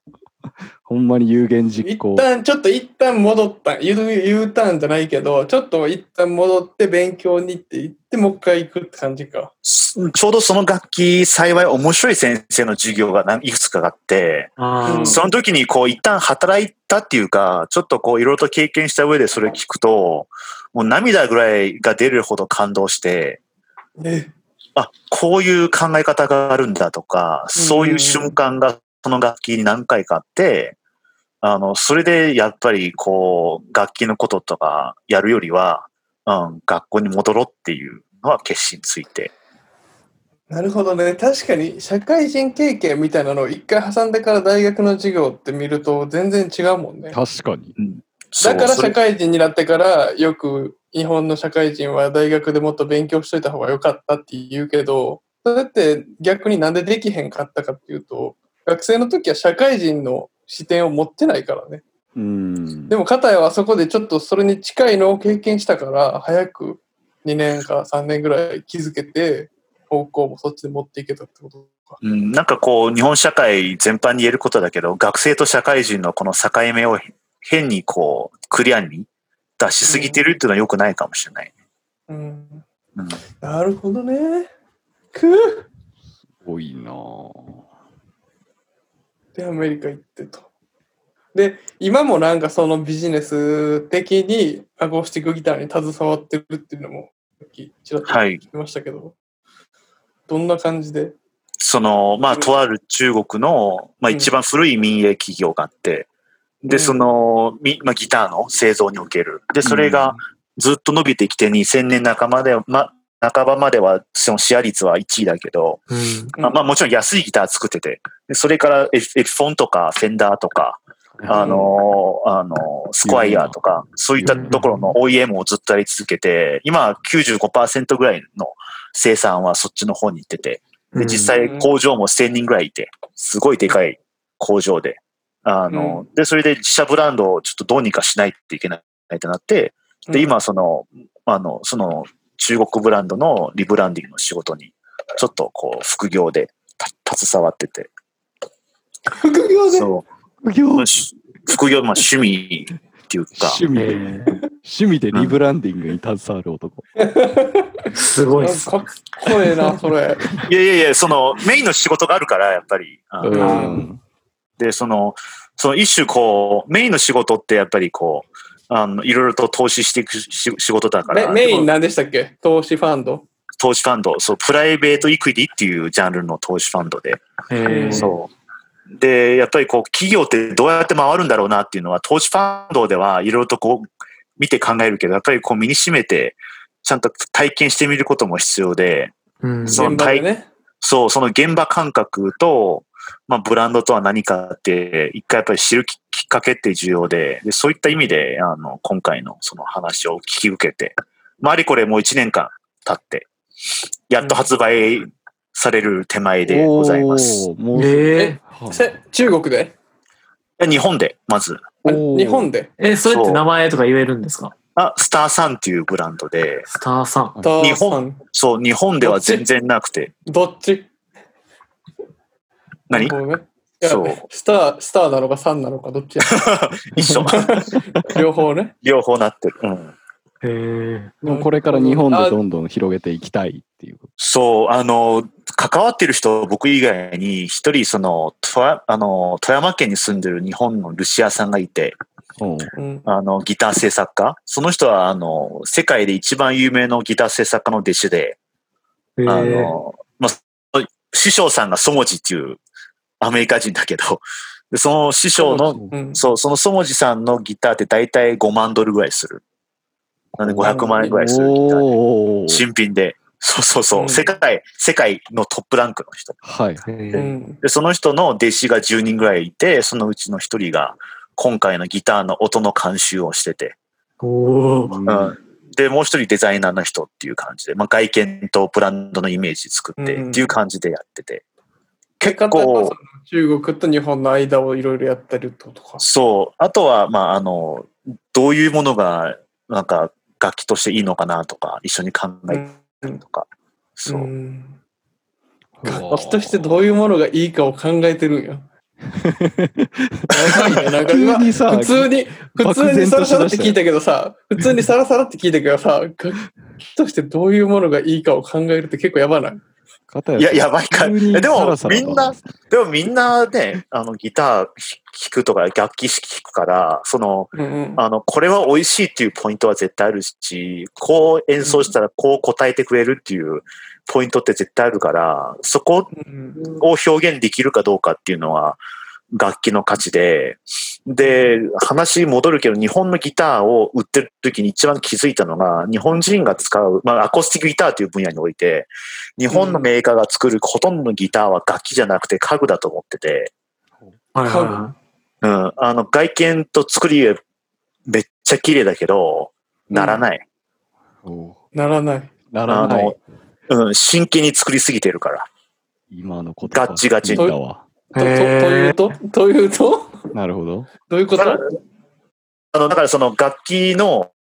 S3: ほんまに有言実
S1: 一
S3: 行。
S1: 旦ちょっと一旦戻った、U, U ターンじゃないけど、ちょっと一旦戻って勉強にって言って、もう一回行くって感じか。
S4: すちょうどその楽器、幸い面白い先生の授業が何いくつかあって、
S2: あ
S1: うん
S2: ー
S4: その時にこう一旦働いたっていうか、ちょっとこういろいろと経験した上でそれ聞くと、もう涙ぐらいが出るほど感動して、
S1: え
S4: あ、こういう考え方があるんだとか、そういう瞬間がその楽器に何回かあって、あの、それでやっぱりこう、楽器のこととかやるよりは、うん、学校に戻ろうっていうのは決心ついて。
S1: なるほどね。確かに社会人経験みたいなのを一回挟んでから大学の授業って見ると全然違うもんね。
S3: 確かに。
S1: だから
S4: そうそれ
S1: 社会人になってからよく日本の社会人は大学でもっと勉強しといた方が良かったって言うけどそれって逆になんでできへんかったかっていうと学生の時は社会人の視点を持ってないからね
S3: うん。
S1: でも片やあそこでちょっとそれに近いのを経験したから早く2年か3年ぐらい気づけて方向もそっちで持っていけたってことか
S4: うん、なんかこう、日本社会全般に言えることだけど、学生と社会人のこの境目を変にこう、クリアに出しすぎてるっていうのは良くないかもしれない。
S1: うん
S4: うん
S1: なるほどねくぅ
S3: 多いなぁ
S1: で、アメリカ行ってと。で、今もなんかそのビジネス的にアコースティックギターに携わってるっていうのも、さっきちらっと聞
S4: はい。
S1: きましたけど、どんな感じで
S4: その、まあ、
S1: うん
S4: とある中国の、まあ、
S1: うん
S4: 一番古い民営企業があって、
S1: う
S4: で、
S1: ん
S4: その、みまあ、ギターの製造における。で、それが、ずっと伸びてきて2000年半ばで、ま、半ばまでは、そのシェア率は1位だけど、
S2: う
S1: う
S2: ん
S1: ん
S4: まあ、まあもちろん安いギター作ってて、でそれからエフエフフォンとかフェンダーとか、あ のーあのースコアイヤーとか、そういったところの OEM をずっとやり続けて、今95%ぐらいの生産はそっちの方に行ってて、で実際工場も1000人ぐらいいて、すごいでかい工場で、あのーで、それで自社ブランドをちょっとどうにかしないといけないってなって、で、、今その、あの、その中国ブランドのリブランディングの仕事に、ちょっとこう、副業でた携わってて、
S1: 副業で
S4: そう。
S3: 副業
S4: まあし副業、まあ趣味っていうか、
S3: 趣味
S2: え
S3: で、
S2: ー
S3: 趣味でリブランディングに携わる男。
S2: すごいっ
S1: なん
S2: す
S1: か。かっこええな、それ。
S4: いやいやいや、そのメインの仕事があるから、やっぱり。あの
S3: うん。
S4: で、その、その一種こう、メインの仕事ってやっぱりこう、あの、いろいろと投資していくし仕事だか
S1: メ
S4: ら、
S1: メイン
S4: でも
S1: 何でしたっけ投資ファンド。
S4: 投資ファンド、そう、プライベートイクイティっていうジャンルの投資ファンドで、
S2: えー
S4: そう。で、やっぱりこう、企業ってどうやって回るんだろうなっていうのは、投資ファンドではいろいろとこう、見て考えるけど、やっぱりこう、身にしめて、ちゃんと体験してみることも必要で、
S2: うん
S4: そう
S1: 現場でね。
S4: そう、その現場感覚と、まあ、ブランドとは何かって、一回やっぱり知るききっかけって重要で、でそういった意味で、あの、今回のその話を聞き受けて、まあ、あれこれもう1年間経って、やっと発売される手前でございます。
S3: おー。もう
S2: えー
S3: は
S1: せ中国で
S4: 日本で、まず。
S1: あ
S3: おー
S1: 日本で
S2: え、それって名前とか言えるんですか
S4: あ、スターさんっていうブランドで、
S2: スターさん。
S4: 日本そう、日本では全然なくて、
S1: どっち
S4: 何
S1: ごめんいや
S4: そう
S1: スター、スターなのかサンなのかどっ ちや
S4: 一緒。
S1: 両方ね。
S4: 両方なってる。うん。
S2: えー
S3: でもこれから日本でどんどん広げていきたいっていうこ
S4: そう、あの、関わってる人、僕以外に、一人、その、富山あの、富山県に住んでる日本のルシアさんがいて、
S3: と。うん
S1: うん
S4: あの、ギター制作家。その人は、あの、世界で一番有名のギター制作家の弟子で、あ
S2: えー
S4: の、まあその、師匠さんがソモジっていうアメリカ人だけど、でその師匠の、
S1: うん
S4: そう、そのソモジさんのギターって大体5万ドルぐらいする。なんで500万円ぐらいするギターで
S3: おー
S4: 新品で。そうそうそう、
S1: うん
S4: 世界、世界のトップランクの人。
S3: はい。
S2: はい
S1: うん。
S4: で、その人の弟子が10人ぐらいいて、そのうちの1人が今回のギターの音の監修をしてて、
S2: おー
S3: うん
S4: で、もう一人デザイナーの人っていう感じで、まあ、外見とブランドのイメージ作って
S1: うん
S4: っていう感じでやってて。
S1: 結
S4: 結構、
S1: 中国と日本の間をいろいろやってるってことか。
S4: そう。あとは、まあ、あの、どういうものが、なんか、楽器としていいのかなとか、一緒に考えたりとか。そうう。
S1: ん楽器としてどういうものがいいかを考えて るんや。やばいねなんか
S3: 急に
S1: う
S3: さ
S1: わ普通に、普通に
S3: 漠然
S1: サ
S3: と
S1: ラ
S3: しだした
S1: サ
S3: よ
S1: ラって聞いたけどさ、普通にサラサラって聞いたけどさ、楽器としてどういうものがいいかを考えるって結構やばない。
S3: 片や
S4: いや、やばいか。
S3: 急に
S4: えで
S3: サ
S4: も
S3: ラサ、ラ
S4: み
S3: と
S4: んな、でもみんなね、あの、ギター弾くとか、楽器弾くから、その、
S1: うんうん
S4: あの、これは美味しいっていうポイントは絶対あるし、こう演奏したらこう答えてくれるっていうポイントって絶対あるから、そこ
S1: うん
S4: を表現できるかどうかっていうのは楽器の価値で、で、話戻るけど、日本のギターを売ってる時に一番気づいたのが、日本人が使う、まあ、アコースティックギターという分野において、日本のメーカーが作るほとんどのギターは楽器じゃなくて家具だと思ってて、
S2: はいはいは
S4: うん、あの、外見と作りがめっちゃ綺麗だけど、ならない。
S3: おー
S1: ならない。
S3: ならな
S4: あ
S3: い
S4: の。うん、真剣に作りすぎてるから。
S3: 今の言葉。
S4: ガッチガチ
S3: だわ。
S1: とと
S2: い
S1: とい
S2: へ
S1: うとというと
S3: なるほど。
S1: どういうこ
S4: だ
S1: と
S4: から、あの、だからその楽器の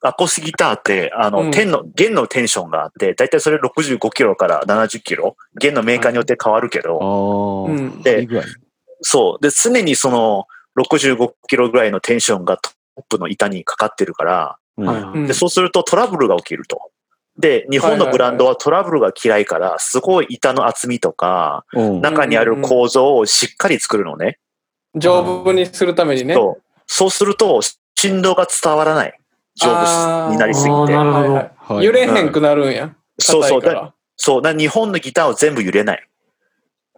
S4: アコースギターって、あの、
S1: うん
S4: 弦の、弦のテンションがあって、だいたいそれ65キロから70キロ、弦のメーカーによって変わるけど、
S3: ああ。
S1: うん
S4: で
S3: いい具合。
S4: そう。で、常にその65キロぐらいのテンションがトップの板にかかってるから、
S3: う
S2: い
S3: ん
S2: はい
S1: うん
S2: は
S4: で、そうするとトラブルが起きると。で、日本のブランドはトラブルが嫌いから、すごい板の厚みとか、
S3: うん
S4: 中にある構造をしっかり作るのね。
S1: 丈夫にするためにね。
S4: そうそうすると、振動が伝わらない。丈
S1: あー
S4: 夫になりすぎ
S2: あー
S4: て
S2: な。るほ
S1: はい
S2: ど
S1: は
S3: はい
S1: い揺れへんくなるんや。
S4: そうそう
S1: 硬いから
S4: そう、な日本のギターを全部揺れない。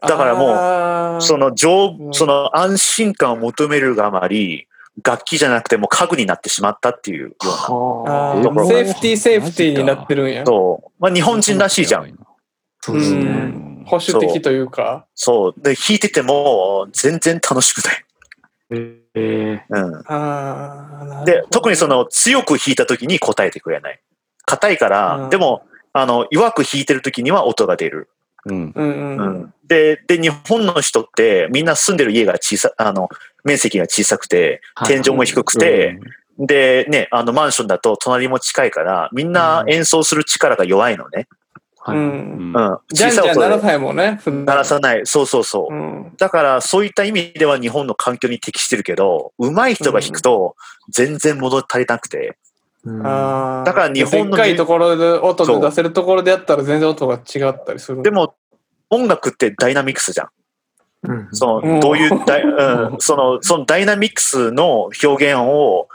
S4: だからもう
S1: あー
S4: その丈
S1: う
S4: 夫、
S1: ん
S4: その安心感を求めるがあまり、楽器じゃなくても家具になってしまったっていうような。
S1: あ
S2: はあ。
S1: ー
S4: ところ
S1: セーフティーセーフティーになってるんや。
S4: そう。まあ日本人らしいじゃん。。
S2: そうです
S1: う
S2: ね。
S3: ん
S1: 保守的というか。
S4: そう。で、弾いてても全然楽しくない。
S2: ええ
S4: うん。
S1: あーなるほど
S4: で、特にその強く弾いた時に答えてくれない。硬いから、
S1: うん
S4: でも、あの、弱く弾いてる時には音が出る。
S3: うん。
S1: うんう
S4: う。
S1: んん。
S4: で、で、日本の人って、みんな住んでる家が小さ、あの、面積が小さくて、
S2: はい
S4: 天井も低くて、で、ね、あの、マンションだと隣も近いから、みんな演奏する力が弱いのね。
S1: う。
S2: はい
S3: うんん。
S4: う
S3: うん
S4: ん。
S1: じゃん
S4: 小
S1: じ
S4: さい
S1: ゃん
S4: 音
S1: なら
S4: で
S1: さいもんね。
S4: 鳴らさない。そうそうそうう。
S1: ん。
S4: だから、そういった意味では日本の環境に適してるけど、上手い人が弾くと、全然物足りなくて。
S2: うん
S1: あー
S4: だから日本の
S1: でっかいところで音で出せるところでやったら全然音が違ったりする。
S4: でも、音楽ってダイナミクスじゃん。
S2: うん
S4: そ
S1: うん
S4: の、どういう ダイ、うん、その、そのダイナミクスの表現を、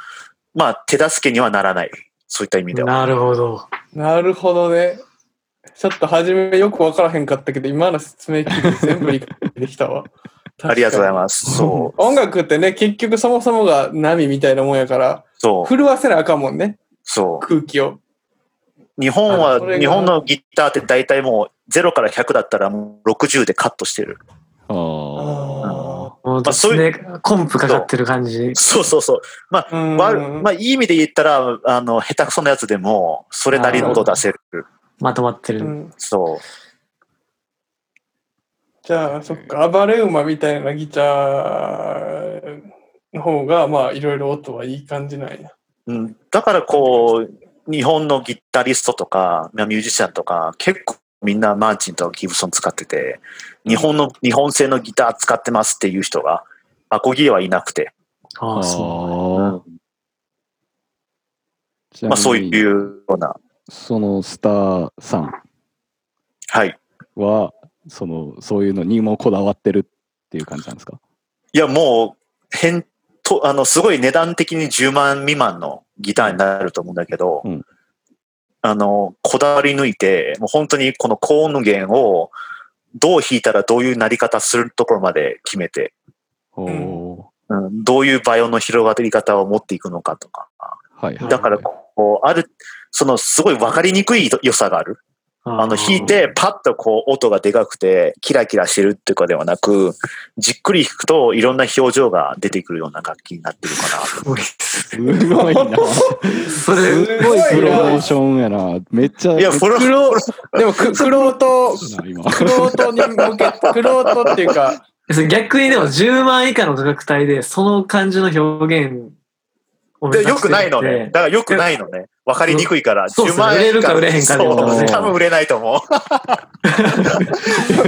S4: まあ、手助けにはならない。そういった意味では。
S2: なるほど。
S1: なるほどね。ちょっと初めよく分からへんかったけど、今の説明聞いて全部理解できたわ。
S4: ありがとうござ
S1: す。
S4: います。そう。
S1: 音楽ってね、結局そもそもが波みたいなもんやから、
S4: そう。
S1: 震わせなあかんもんね、
S4: そ
S1: 空気を。
S4: う。日本
S1: あそれが
S4: は、日本のギターって大体もう0から100だったらもう60でカットしてる。
S1: あ
S2: もう
S4: まあそうい
S2: ね、コンプかかってる感じ。
S4: そうそうそう。まあ、
S1: うん
S4: 悪まあ、いい意味で言ったら、あの、下手くそなやつでも、それなりの音出せる。
S2: まとまって
S1: う
S2: る。
S1: ん
S4: そう。
S1: じゃあ、そっか、暴れ馬みたいなギターの方が、まあ、いろいろ音はいい感じなんや。
S4: うん、だからこう、日本のギタリストとか、まあミュージシャンとか、結構みんなマーチンとかギブソン使ってて、日本の、日本製のギター使ってますっていう人が、アコギではいなくて、
S2: あ
S3: あ
S2: あ、そう。
S3: ー。ちなみに
S4: まあそういうような、
S3: そのスターさん
S4: はい。
S3: は、その、そういうのにもこだわってるっていう感じなんですか
S4: いや、もう、返と、あの、すごい値段的に10万未満のギターになると思うんだけど、
S3: うん
S4: あの、こだわり抜いて、もう本当にこの高音の弦を、どう弾いたらどういう鳴り方するところまで決めて、
S3: お
S1: ん
S3: お
S4: うん、どういうバイオの広がり方を持っていくのかとか、
S3: ー。はいはい。
S4: だから
S3: こ
S4: ここう、ある、そのすごい分かりにくい良さがある。あの、弾いて、パッとこう、音がでかくて、キラキラしてるっていうかではなく、じっくり弾くといろんな表情が出てくるような楽器になってるかな
S2: すごいっす
S3: すごいな。す
S2: それ、
S3: ごいプロモーションやな。めっちゃ。
S4: と。いや、フォロ
S1: クロ でもく、クロート、
S3: 今
S1: クロートに向け、クロートっていうか、
S2: それ逆にでも10万以下の価格帯で、その感じの表現を目
S4: で
S2: 指
S4: よ
S2: して
S4: く
S2: るっ
S4: な
S2: て
S4: いのね。だからよくないのね。わかりにくいから。
S2: そうそう
S4: 10万円
S2: 売れるか売れへんか
S4: そ
S2: でも
S4: う。
S3: ね
S4: 多分売れないと思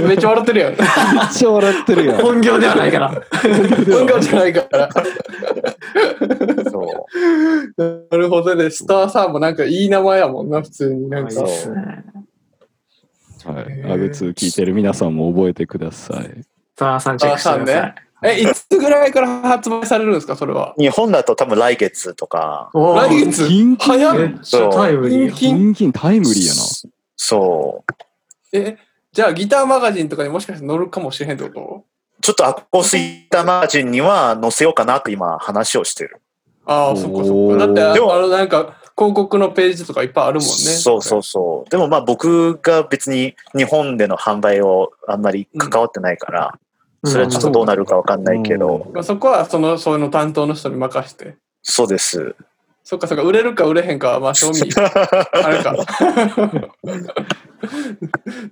S4: う。
S1: めっちゃ笑ってるやん。
S3: めっちゃ笑ってるやん。
S2: 本業で はないから。
S1: 文化じゃないから。
S4: そ
S1: なるほどね。スターさんもなんかいい名前やもんな、普通に。なん
S2: いい
S1: か
S2: っ。すね。
S3: はい。アグツー聞いてる皆さんも覚えてください。
S2: さあ、さんチェックしてください。
S1: え、いつぐらいから発売されるんですか、それは。
S4: う。日本だと多分来月とか。
S2: おー
S1: 来月
S3: キンキンや
S1: 早
S2: め
S1: っ
S2: っちゃタイムリーやん。
S3: キンキンタイムリーやな。
S4: そう。
S1: え、じゃあギターマガジンとかにもしかして載るかもしれへんってこと
S4: ちょっとアコースイタマージンには載せようかなって今話をしてる。
S1: ああ、
S3: おー
S1: そっかそっか。だってあ、
S4: でも
S1: あの、なんか、広告のページとかいっぱいあるもんね。
S4: そうそうそう。でもまあ僕が別に日本での販売をあんまり関わってないから、それはちょっとどうなるかわかんないけど、
S3: うん
S1: まあ、そこは、その、その担当の人に任して。
S4: そうです。
S1: そっかそっか、売れるか売れへんかは、まあ、 賞味、あれか。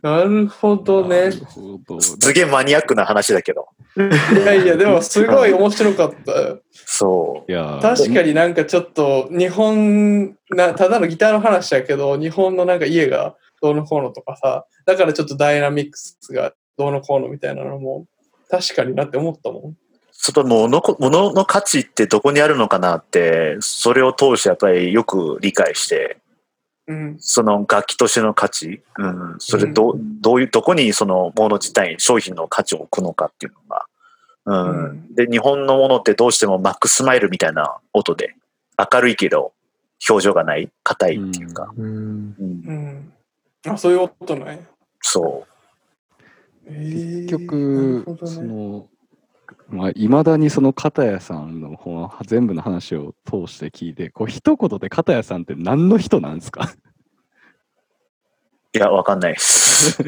S1: なるほど
S3: な
S1: ね。
S3: るほど。
S4: すげえマニアックな話だけど。
S1: いやいや、でも、すごい面白かったよ。
S4: そ
S3: いやー
S1: 確かになんかちょっと日本なただのギターの話やけど日本のなんか家がどうのこうのとかさだからちょっとダイナミックスがどうのこうのみたいなのも確かになって思ったもん
S4: う。ちょっと物のこ物の価値ってどこにあるのかなって、それを通してやっぱりよく理解して、
S1: うん
S4: その楽器としての価値、うん、それど、うどういう、どこにそのもの自体、商品の価値を置くのかっていうのが。うん。
S1: う
S4: で、日本のものってどうしてもマックスマイルみたいな音で、明るいけど、表情がない、硬いっていうか。
S2: うん
S4: う
S1: う
S4: ん
S1: んあそういうことない
S4: そ
S1: 結
S3: 結局、その、まあ、いまだにその片谷さんのほん全部の話を通して聞いて、こう一言で片谷さんって何の人なんですか
S4: う。いや、わかんないです。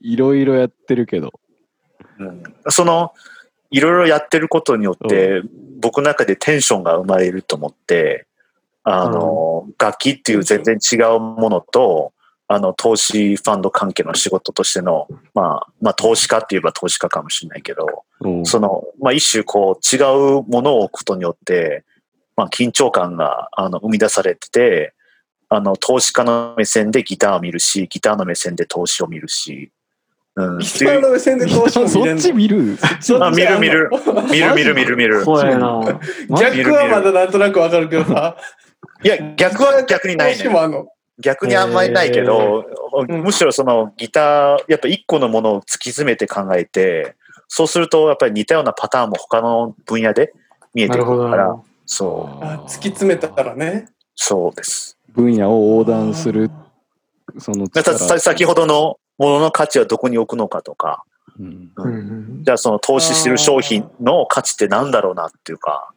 S3: いろいろやってるけど。
S4: うんそのいろいろやってることによって、僕の中でテンションが生まれると思ってあの、楽器っていう全然違うものとあの投資ファンド関係の仕事としての、まあ、まあ投資家って言えば投資家かもしれないけど
S3: うん
S4: その、まあ、一種こう違うものを置くことによって、まあ、緊張感があの生み出されててあの投資家の目線でギターを見るしギターの目線で投資を見るし、うん、
S1: ギターの目線でどうしても見れ
S3: そ
S1: ん
S3: っ
S1: の
S3: ち見るそっち
S4: あ見る見る
S1: 逆
S4: 見る見る見る見る。
S2: 怖いな。
S1: はまだなんとなくわかるけどさ
S4: いや、逆は逆にない
S1: どうして
S4: ね。
S1: もあんの
S4: 逆にあんまりないけど、
S1: ー
S4: むしろそのギター、やっぱ一個のものを突き詰めて考えて、そうするとやっぱり似たようなパターンも他の分野で見え
S2: な
S4: てく
S2: る
S4: るか
S2: ほど
S4: ら
S2: な。、
S4: そう、
S1: あ突き詰めたらね
S4: そうです。
S3: 分野を横断する、その
S4: だからさ先ほどのものの価値はどこに置くのかとか、
S3: うん
S2: うんうん
S4: じゃあその投資してる商品の価値ってなんだろうなっていうか、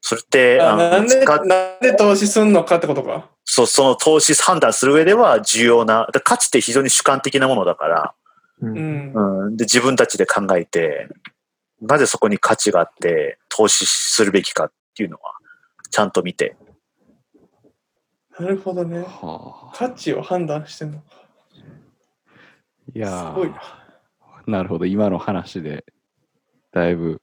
S4: それって、
S1: あ
S4: あ
S1: なん
S4: の
S1: で
S4: 使っ
S1: なんで投資すんのかってことか
S4: そうその投資判断する上では重要な、だから価値って非常に主観的なものだから、
S2: う
S1: うんん
S4: うん、で自分たちで考えてなぜそこに価値があって投資するべきかっていうのはちゃんと見て
S1: なるほどね
S3: はあ
S1: 価値を判断してんのか。
S3: いや
S1: すごいな
S3: ー。なるほど今の話でだいぶ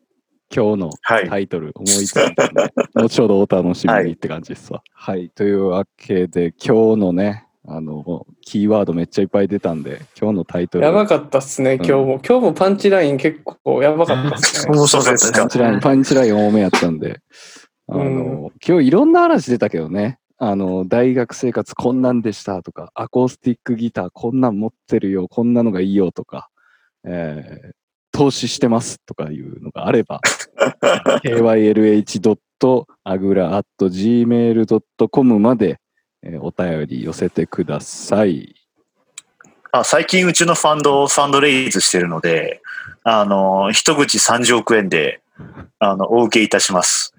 S3: 今日の
S4: はい
S3: タイトル思いついたんで、 後ほどお楽しみにって感じですわ。はい、というわけで今日のねあのキーワードめっちゃいっぱい出たんで今日のタイトル
S1: やばかったっすね、今日も。今日もパンチライン結構やばかったっすね。
S2: 面白かったで
S4: そう
S3: パンチ
S2: す
S3: ライン、
S2: ね。
S3: パンチライン多めやったんで、あの、今日いろんな話出たけどね、あの、大学生活こんなんでしたとか、アコースティックギターこんなん持ってるよ、こんなのがいいよとか、えー投資してますとかいうのがあれば、kylh.agra.gmail.com まで、えーお便り寄せてください。
S4: あ最近うちのファンドをファンドレイズしてるのであの一口30億円であのお受けいたします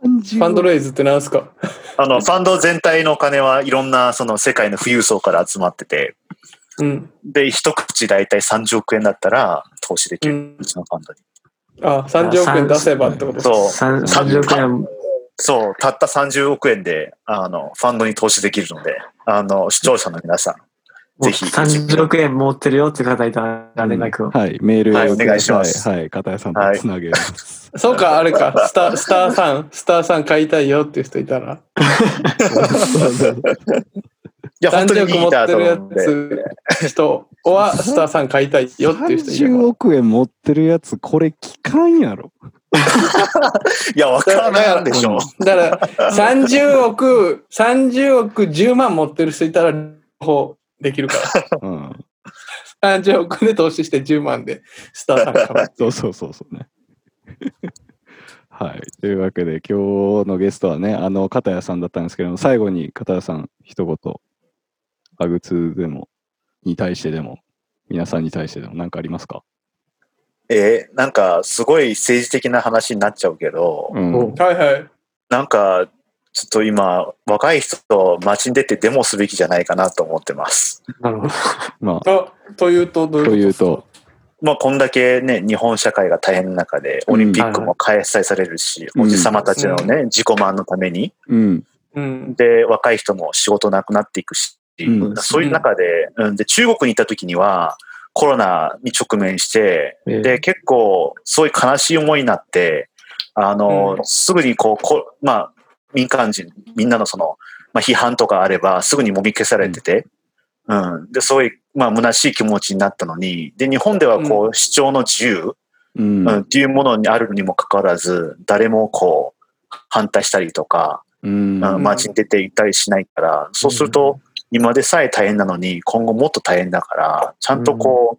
S1: ファンド
S3: 30
S1: レイズってなんすか
S4: あの、ファンド全体のお金はいろんなその世界の富裕層から集まってて、
S1: うん。
S4: で、一口大体30億円だったら投資でき
S1: う
S4: る。
S1: ん
S4: うちのファンドに。
S1: あ、30億円出せばってことです。
S4: そう。
S2: 三30億円。
S4: そう、たった30億円で、あの、ファンドに投資できるので、あの、視聴者の皆さん、ぜひ、
S2: 30億円持ってるよって方いたら連絡を。
S3: はい、メール
S4: はい
S3: を
S4: お願いします
S3: はい、片谷さんとつなげます。
S1: そうか、あれか、スター、スターさん、スターさん買いたいよっていう人いたら、
S4: いや、本当
S1: 30
S4: に
S1: 億
S4: い
S1: 持
S4: い
S1: っ
S4: な
S1: て
S4: と
S1: る
S4: 思
S1: や
S4: うんで。
S1: つ、人は、スターさん買いたいよっていう人い
S3: 30
S1: る
S3: 億円持ってるやつ、これ聞かんやろ。
S4: いや、わからないでしょ。
S1: から。だから、30億、30億10万持ってる人いたら、両方できるか
S3: うん。
S1: ら。30億で投資して10万で、スターさん買う。
S3: そうそうそうそうね。 はい。というわけで、今日のゲストはね、あの、片谷さんだったんですけども、最後に片谷さん、一言、アグツでも、に対してでも、皆さんに対してでも何かありますか
S4: えーなんか、すごい政治的な話になっちゃうけど、
S3: うん。
S2: お
S1: はいはい。
S4: なんか、ちょっと今、若い人と街に出てデモすべきじゃないかなと思ってます。
S2: なるほど。
S3: まあ、
S1: あ、というと、どう
S3: と
S1: い
S3: いうう
S1: こと
S3: と、
S4: まあ、こんだけね、日本社会が大変な中で、オリンピックも開催されるし、
S3: うん
S4: おじさまたちのね、自己満のために、
S3: うん。
S1: うん。
S4: で、若い人も仕事なくなっていくし、
S3: うん
S4: そういう中で、うん、で、中国に行った時には、コロナに直面して、
S2: え
S4: で、結構、そういう悲しい思いになって、あの、
S1: うん
S4: すぐにこう、こまあ、民間人、みんなのその、まあ、批判とかあれば、すぐにもみ消されてて、うん、で、そういう、まあ、虚しい気持ちになったのに、で、日本ではこう、主張の自由、
S3: うん。
S4: うん、っていうものにあるにもかかわらず、誰もこう、反対したりとか、
S3: うん。
S4: うん、街に出て行ったりしないから、そうすると、今でさえ大変なのに、今後もっと大変だから、ちゃんとこ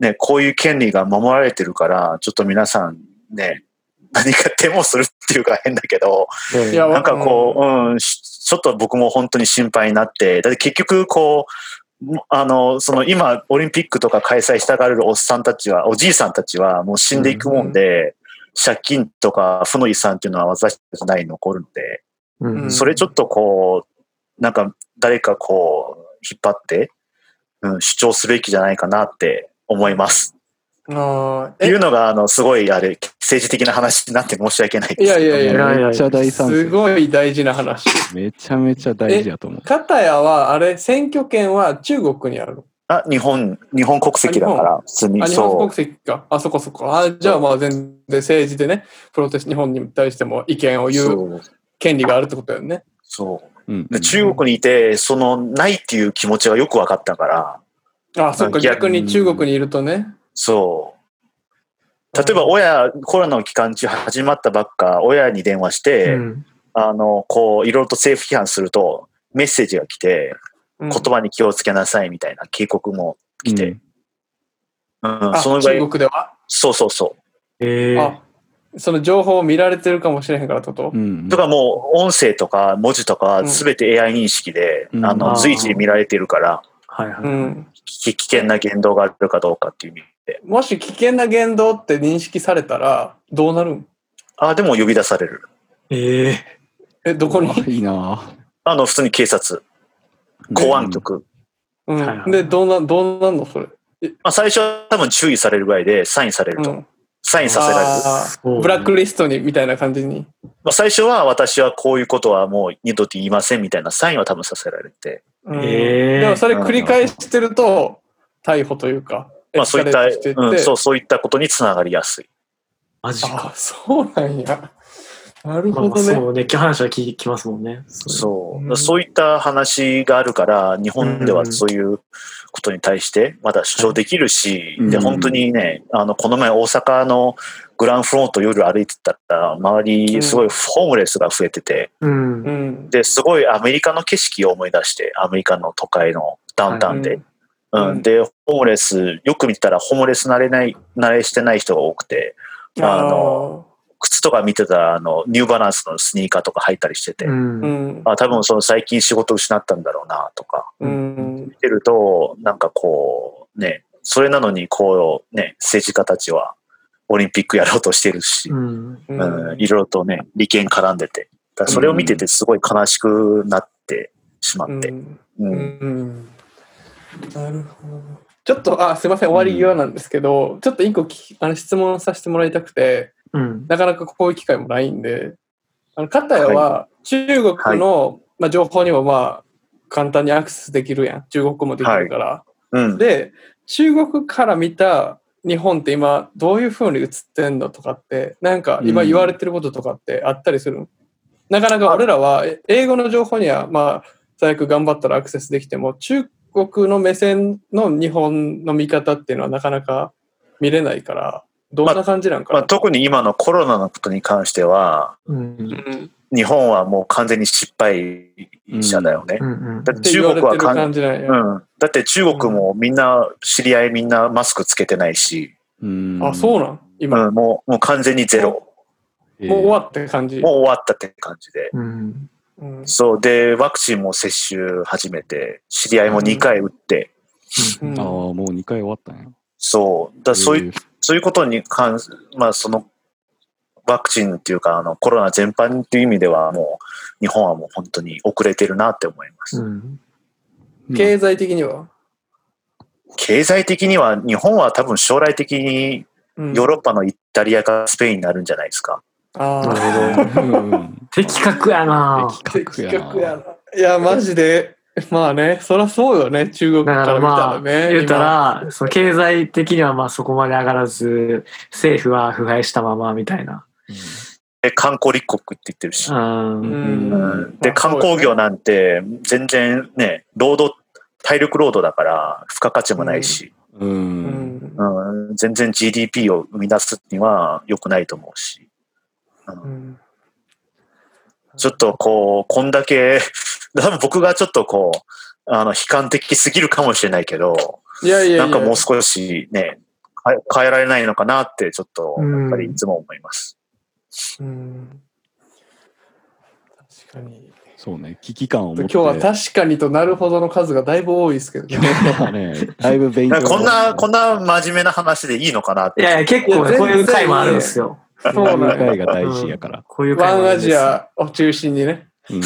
S4: う、ね、こういう権利が守られてるから、ちょっと皆さんね、何かデモするっていうか変だけど、
S2: え
S1: いや
S4: なんかこう、うん、しちょっと僕も本当に心配になって、だって結局こう、もあの、その今、オリンピックとか開催したがるおっさんたちは、おじいさんたちはもう死んでいくもんで、借金とか負の遺産っていうのは私たちの代に残るので、
S2: うん
S1: うん
S4: それちょっとこう、なんか誰かこう、引っ張って、うん、主張すべきじゃないかなって思います。
S1: あ
S4: っ
S1: ー
S4: て
S1: え
S4: いうのが、あの、すごい、あれ、政治的な話になって申し訳ないです。
S1: いやいやいや
S2: やいや
S3: めっちゃ大賛成
S1: すごい大事な話。
S3: めちゃめちゃ大事やと思う。
S1: 片谷は、あれ、選挙権は中国にあるの
S4: あ、日本、日本国籍だから、普通に。
S1: あ、日本
S4: そ
S1: 国籍か。あ、そこそこ。あ、じゃあまあ全然政治でね、プロテスト日本に対しても意見を
S4: う。
S1: 言う
S4: そう。
S1: 権利があるってことだよね。
S4: そう。
S3: うん
S4: で中国にいて、その、ないっていう気持ちがよく分かったから、
S1: あ、そっか。
S4: いや
S1: 逆に中国にいるとね。
S4: そう。例えば、親、コロナの期間中始まったばっか、親に電話して、
S2: うん
S4: あの、こう、いろいろと政府批判すると、メッセージが来て、
S1: うん、
S4: 言葉に気をつけなさいみたいな警告も来て、うん
S1: あ
S4: その場
S1: 中
S4: 合、
S1: 国では、
S4: そうそうそ
S2: え
S1: あ、その情報を見られてるかもしれへんからってこと、
S3: うん。うん
S4: う。とかもう音声とか文字とか
S1: うん
S4: 全て AI 認識で、
S3: うん
S4: あ
S2: あ
S4: の
S2: ー
S4: 随時見られてるから、
S2: はいはい。
S1: うん、
S4: き危険な言動があるかどうかっていう意味で。
S1: もし危険な言動って認識されたら、どうなるん
S4: ああ、でも呼び出される。
S2: ええ
S1: え、どこに、
S3: 怖いな
S4: あの、普通に警察、公安。局。
S1: うん
S2: はいはい
S1: で、どうな、どうなんのそれ。
S4: まあ、最初は多分注意されるぐらいでサインされ
S1: う
S4: ると。
S1: ん、
S4: サインさせられる。
S1: あ
S2: そう
S1: ーブラックリストにみたいな感じに。
S4: まあ、最初は私はこういうことはもう二度と言いませんみたいなサインは多分させられて。
S1: うん
S2: えー
S1: でもそれ繰り返してると逮捕というか、
S4: まあそういった、
S1: エスカレートしていって
S4: うん、そう、そういったことにつながりやすい。
S2: マジか。
S1: あそうなんや。なる
S2: ま
S1: ほ
S2: あまあ
S1: どね。
S2: そうね。今日話は聞きますもんね。
S4: そう、
S1: うん
S4: そういった話があるから、日本ではそういうことに対してまだ主張できるし、
S3: うん
S4: で、本当にね、あの、この前大阪のグランフロント夜歩いてたら、周
S1: うん
S4: りすごいホームレスが増えてて、
S2: うん
S1: う。ん。
S4: で、すごいアメリカの景色を思い出して、アメリカの都会のダウンタウンで。
S1: うん
S4: うん、で、ホームレス、よく見たらホームレス慣れない、慣れしてない人が多くて、あの靴とか見てたら、あの、ニューバランスのスニーカーとか履いたりしてて、
S2: うん
S1: ーうん。
S4: あ、多分その最近仕事失ったんだろうなとか、
S1: うん
S4: 見。てると、なんかこう、ね、それなのにこう、ね、政治家たちはオリンピックやろうとしてるし、
S2: うん
S1: う
S4: うんんいろいろとね、利権絡んでて、だからそれを見ててすごい悲しくなってしま
S1: う
S4: って。
S1: んう
S4: う
S1: んんなるほど。ちょっと、あ、すいません、終わり際なんですけど、ちょっと一個聞きあの質問させてもらいたくて、
S2: うん。
S1: なかなかこういう機会もないんで、あの、片谷は中国の、まあ、情報にもまあ、簡単にアクセスできるやん。中国語もできるから。
S4: うん
S1: で、中国から見た日本って今、どういう風に映ってんのとかって、なんか今言われてることとかってあったりするの、なかなか俺らは、え英語の情報には、まあ、最悪頑張ったらアクセスできても、中国の目線の日本の見方っていうのはなかなか見れないから、どんな感じなんか
S4: ま
S1: な、
S4: あ、特に今のコロナのことに関しては、
S2: うん。
S1: うん
S4: 日本はもう完全に失敗者だよね。
S2: うん。
S4: だっ
S1: ってて
S4: 中
S1: 言われ
S4: 国は
S1: てる
S4: かん
S1: 感じなんや。
S4: うん、だって中国もみんな、知り合いみんなマスクつけてないし、
S3: うん
S1: あ、そうなん今、
S4: うん、もうもう完全にゼロ。
S3: えー
S1: もう終わった感じ。
S4: もう終わったって感じで。
S2: うん。
S1: うん
S4: そう。で、ワクチンも接種始めて、知り合いも2回打って、
S1: うん
S3: ああ、もう2回終わったんや。
S4: そう。だそういう
S3: えー
S4: そういうことに関す、まあその、ワクチンっていうか、あの、コロナ全般っていう意味では、もう、日本はもう本当に遅れてるなって思います。
S2: うん。
S1: 経済的には、
S4: 経済的には、日本は多分将来的に、
S1: うん
S4: ヨーロッパのイタリアかスペインになるんじゃないですか。
S1: あ
S2: な
S1: あ
S2: るほど。
S3: うん うん
S2: 的確やな
S3: 的確やな。
S1: いや、マジで。まあね、そりゃそうよね、中国
S2: だ
S1: か
S2: からら
S1: 見た
S2: ま
S1: ら
S2: あ、
S1: ね。
S2: 言うたら、その経済的にはまあそこまで上がらず、政府は腐敗したままみたいな。
S4: で、観光立国って言ってるし
S2: う。ん。
S1: 今、う
S3: うん
S1: ん。
S4: で、
S1: まあそうですね
S4: 観光業なんて、全然ね、労働、体力労働だから、付加価値もないし、
S3: う。
S1: うんん
S4: うん、全然 GDP を生み出すには良くないと思うし。
S1: うん
S4: ちょっとこう、こんだけ、 多分僕がちょっとこう、あの、悲観的すぎるかもしれないけど、
S1: いやいやいや、
S4: なんかもう少しね、変え変えられないのかなって、ちょっと、
S2: うん
S4: やっぱりいつも思います。
S1: うん確かに。
S3: そうね、危機感を持
S1: 今
S3: って。
S1: 日は確かにとなるほどの数がだいぶ多いですけどね。
S3: は ね、だいぶ勉
S4: なん
S3: 強。
S4: かこんな、こん
S3: な。
S4: な真面目な話でいいのかなっ
S2: い
S4: て。
S2: やいや、結構ね
S1: いや全然
S2: こういう回もあるんですよ。
S1: そうなのよ。
S3: が大事やから。
S2: こういう
S1: ワ
S2: 回
S1: ン
S2: もある
S1: ア
S2: んです
S1: ジアを中心にね、
S3: うん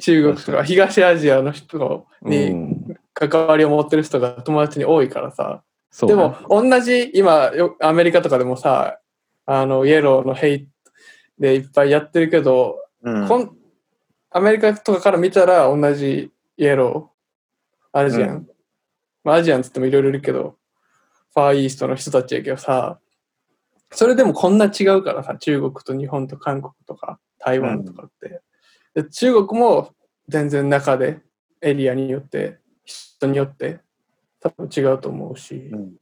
S1: 中国とか東アジアの人
S3: う
S1: に
S3: ん
S1: 関わりを持ってる人が友達に多いからさ、
S3: そう
S1: で
S3: ね
S1: も、同じ今よアメリカとかでもさあのイエローのヘイトでいっぱいやってるけど、
S4: うん
S1: こんアメリカとかから見たら同じイエローアジアン、
S4: う
S1: まあ、アジアンっつってもいろいろいるけどファーイーストの人たちやけどさそれでもこんな違うからさ中国と日本と韓国とか台湾とかって、で中国も全然中でエリアによって人によって多分違うと思うし。
S4: うん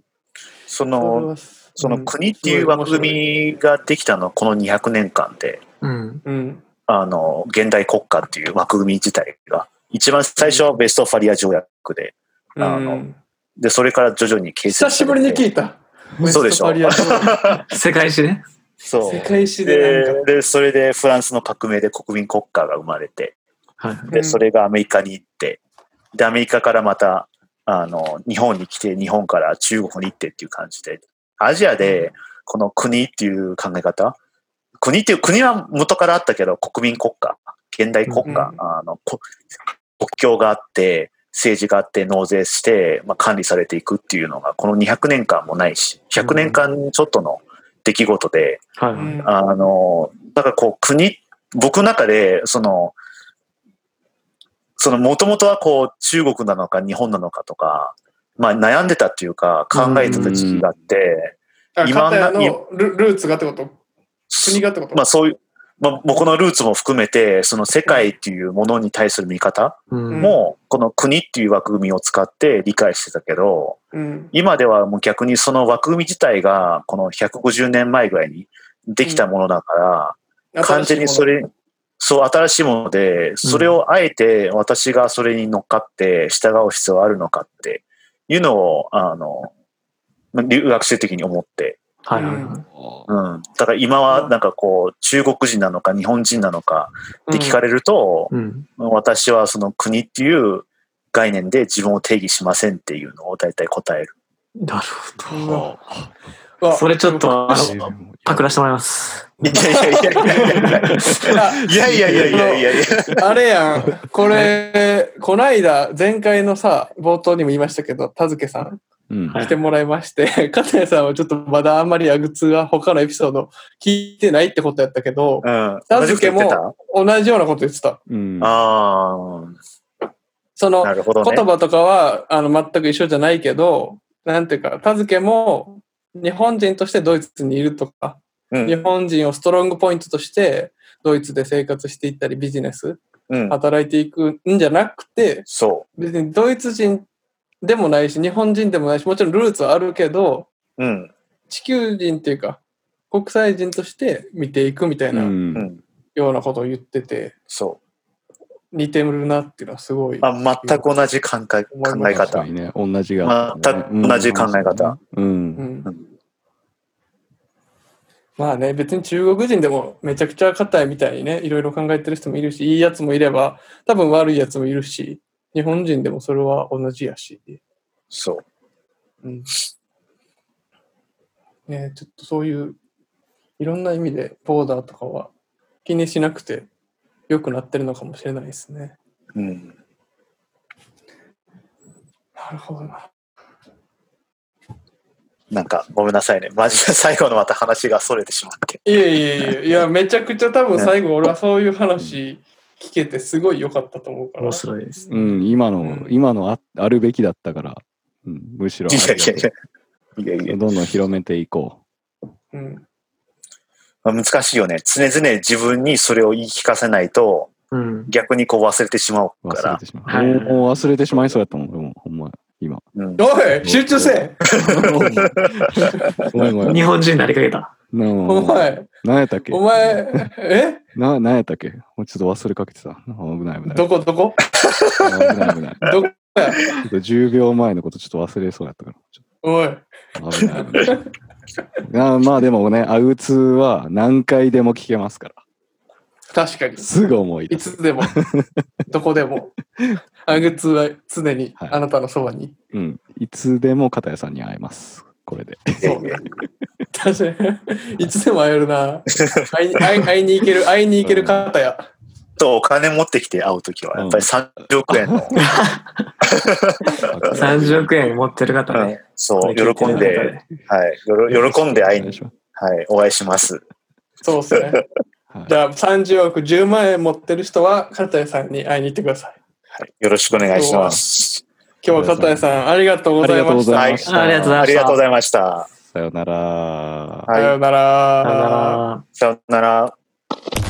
S4: そ
S1: それ
S4: の、
S1: はす
S4: その
S1: うん
S4: 国っていう枠組みができたのはこの200年間で、
S2: うん。
S1: うん。
S4: あの、現代国家っていう枠組み自体が、一番最初はベストファリア条約で、あの
S1: うん
S4: で、それから徐々に形成
S1: 久しぶりに聞いた。
S4: そうでしょ
S1: ウェストパリア条
S2: 世界史ね。
S4: そ
S1: 約
S4: う。
S1: 世界史でなん
S4: で
S1: か。
S4: でそれでフランスの革命で国民国家が生まれて
S2: はい。
S1: う
S4: で
S1: ん
S4: それがアメリカに行ってでアメリカからまたあの日本に来て日本から中国に行ってっていう感じでアジアでこの国っていう考え方国っていう国は元からあったけど国民国家現代国家、
S1: うん
S4: あのこ国境があって政治があって納税して、まあ、管理されていくっていうのがこの200年間もないし100年間ちょっとの出来事で、
S2: はいうはい。
S1: ん
S4: あの、だからこう国、僕の中で、その、その元々はこう中国なのか日本なのかとか、まあ悩んでたっていうか考えてた時期があって、
S1: あ
S4: 今
S1: 片
S4: な
S1: 谷のルルーツがってこと国がってこと
S4: まあそういう、まあ僕のルーツも含めて、その世界っていうものに対する見方
S2: うん。
S4: も、この国っていう枠組みを使って理解してたけど、
S1: うん。
S4: 今ではもう逆にその枠組み自体がこの150年前ぐらいにできたものだから、完全にそれ、そう、新しいもので、それをあえて私がそれに乗っかって従う必要あるのかっていうのを、あの、留学生的に思って、
S2: はいはいはい。
S4: うん。だから今はなんかこう、中国人なのか日本人なのかって聞か
S1: れ
S4: れると、
S2: うん。
S4: 私はその国っていう概念で自分を定義しませんっていうのを大体答える。
S2: なるほど。
S1: わ
S2: それちょっと、あの、パクらして
S3: も
S2: もらいます。
S4: いやいやいやいやいやいやいやいやいやいやいや
S1: あれや ん。これ、こないだ、前回のさ、冒頭にも言いましたけど、田けさん
S3: うん
S2: はい
S1: 来てもらいまして、 加藤さんはちょっとまだあんまりアグツが他のエピソード聞いてないってことやったけど、
S4: うん。
S1: 名付けも
S4: 同じこと言って
S1: 同じようなこと言ってた。
S3: うん
S4: たあ
S1: そ
S4: あ、
S1: の
S4: な、るほどね
S1: 言。葉とかは、あの、全く一緒じゃないけど、なんていうか、田けも、日本人としてドイツにいるとか、
S4: うん
S1: 日本人をストロングポイントとして、ドイツで生活していったり、ビジネス、
S4: うん。
S1: 働いていくんじゃなくて、
S4: そ
S1: 別にドイツ人でもないし日本人でもないしもちろんルーツはあるけど
S4: う。うん。
S1: 地球人っていうか国際人として見ていくみたいうなん
S4: うん。
S1: ようなことを言ってて、
S4: そ。
S1: 似てるなっていうのはすごいう
S4: あ、全く同じ考え、考
S3: 確
S4: え方
S3: か。にね、同じが、ね。
S4: 全く同じ考え方
S3: うん。
S1: う
S3: うん
S1: んまあね別に中国人でもめちゃくちゃ硬いみたいにねいろいろ考えてる人もいるしいいやつもいれば多分悪いやつもいるし日本人でもそれは同じやし、
S4: そう。
S1: うんね、ちょっとそういういろんな意味でボーダーとかは気にしなくて良くなってるのかもしれないですね。
S4: うん。
S1: なるほどな。
S4: なんか、ごめんなさいね。マジで最後のまた話が逸れてしまって。
S1: いやいやいやいや、めちゃくちゃ多分最後俺はそういう話聞けてすごい良かったと思うから
S2: 面。白いです。
S3: うん、今の、今のああるべきだったから、うん、むしろあ
S4: い
S3: りが
S4: やいや
S3: と、
S4: いや。いやいうや
S3: どんどん広めていこ
S1: うん、
S4: まあ難しいよね。常々自分にそれを言い聞かせないと、
S2: うん。
S4: 逆にこう忘れてしま
S3: う。
S4: うか
S3: 忘れ
S4: ら。
S3: てしまう。
S2: はい
S3: もうもう忘れてしまいそうやったもん、俺もほ んま、今。
S4: うん。
S1: おい集中せ
S3: ごめんごめん。
S2: 日本人になりかけた。
S3: な
S1: お前
S3: 何やったっけ
S1: お前え
S3: な何やったっけもうちょっと忘れかけてた。あ危ない危ない。
S1: どこどこ
S3: あ危ない危ない。
S1: どこや
S3: ちょっと10秒前のことちょっと忘れそうやったから。ちょ
S1: おい
S3: っと危ない危ない。あまあでもね、アウツは何回でも聞けますから。
S1: 確かに
S3: すぐ思い
S1: い
S3: 出す。
S1: つでもどこでもアグツは常に
S3: はい
S1: あなたのそばに、
S3: うん。いつでも片谷さんに会えます。これ で。
S1: そうね。確かに。いつでも会えるな。会い会い会いに行ける、会いに行ける方や。
S4: と、お金持ってきて会うときは、やっぱり30億 円の、
S2: 30億円持ってる方ね。
S4: そう、
S2: これ聞いて
S4: 喜ん
S2: る方
S4: で、。はい、よろ喜んで会いに、はい、お会いします。
S1: そうですね。
S3: はい
S1: じゃあ、30億10万円持ってる人は、片谷さんに会いに行ってください。
S4: はい、よろしくお願いします。
S1: 今日は片谷さん、ありがとうご
S3: あり
S1: ざい
S3: がと
S1: ま
S3: うご
S1: した。
S3: ざいました。
S2: ありがとうございました
S4: ありがとうございま
S3: さよ
S4: した。
S3: うなら。
S1: さ
S4: は
S1: よ
S4: い、
S1: うな
S2: さよな
S1: ら。
S2: ら。
S4: さようなら。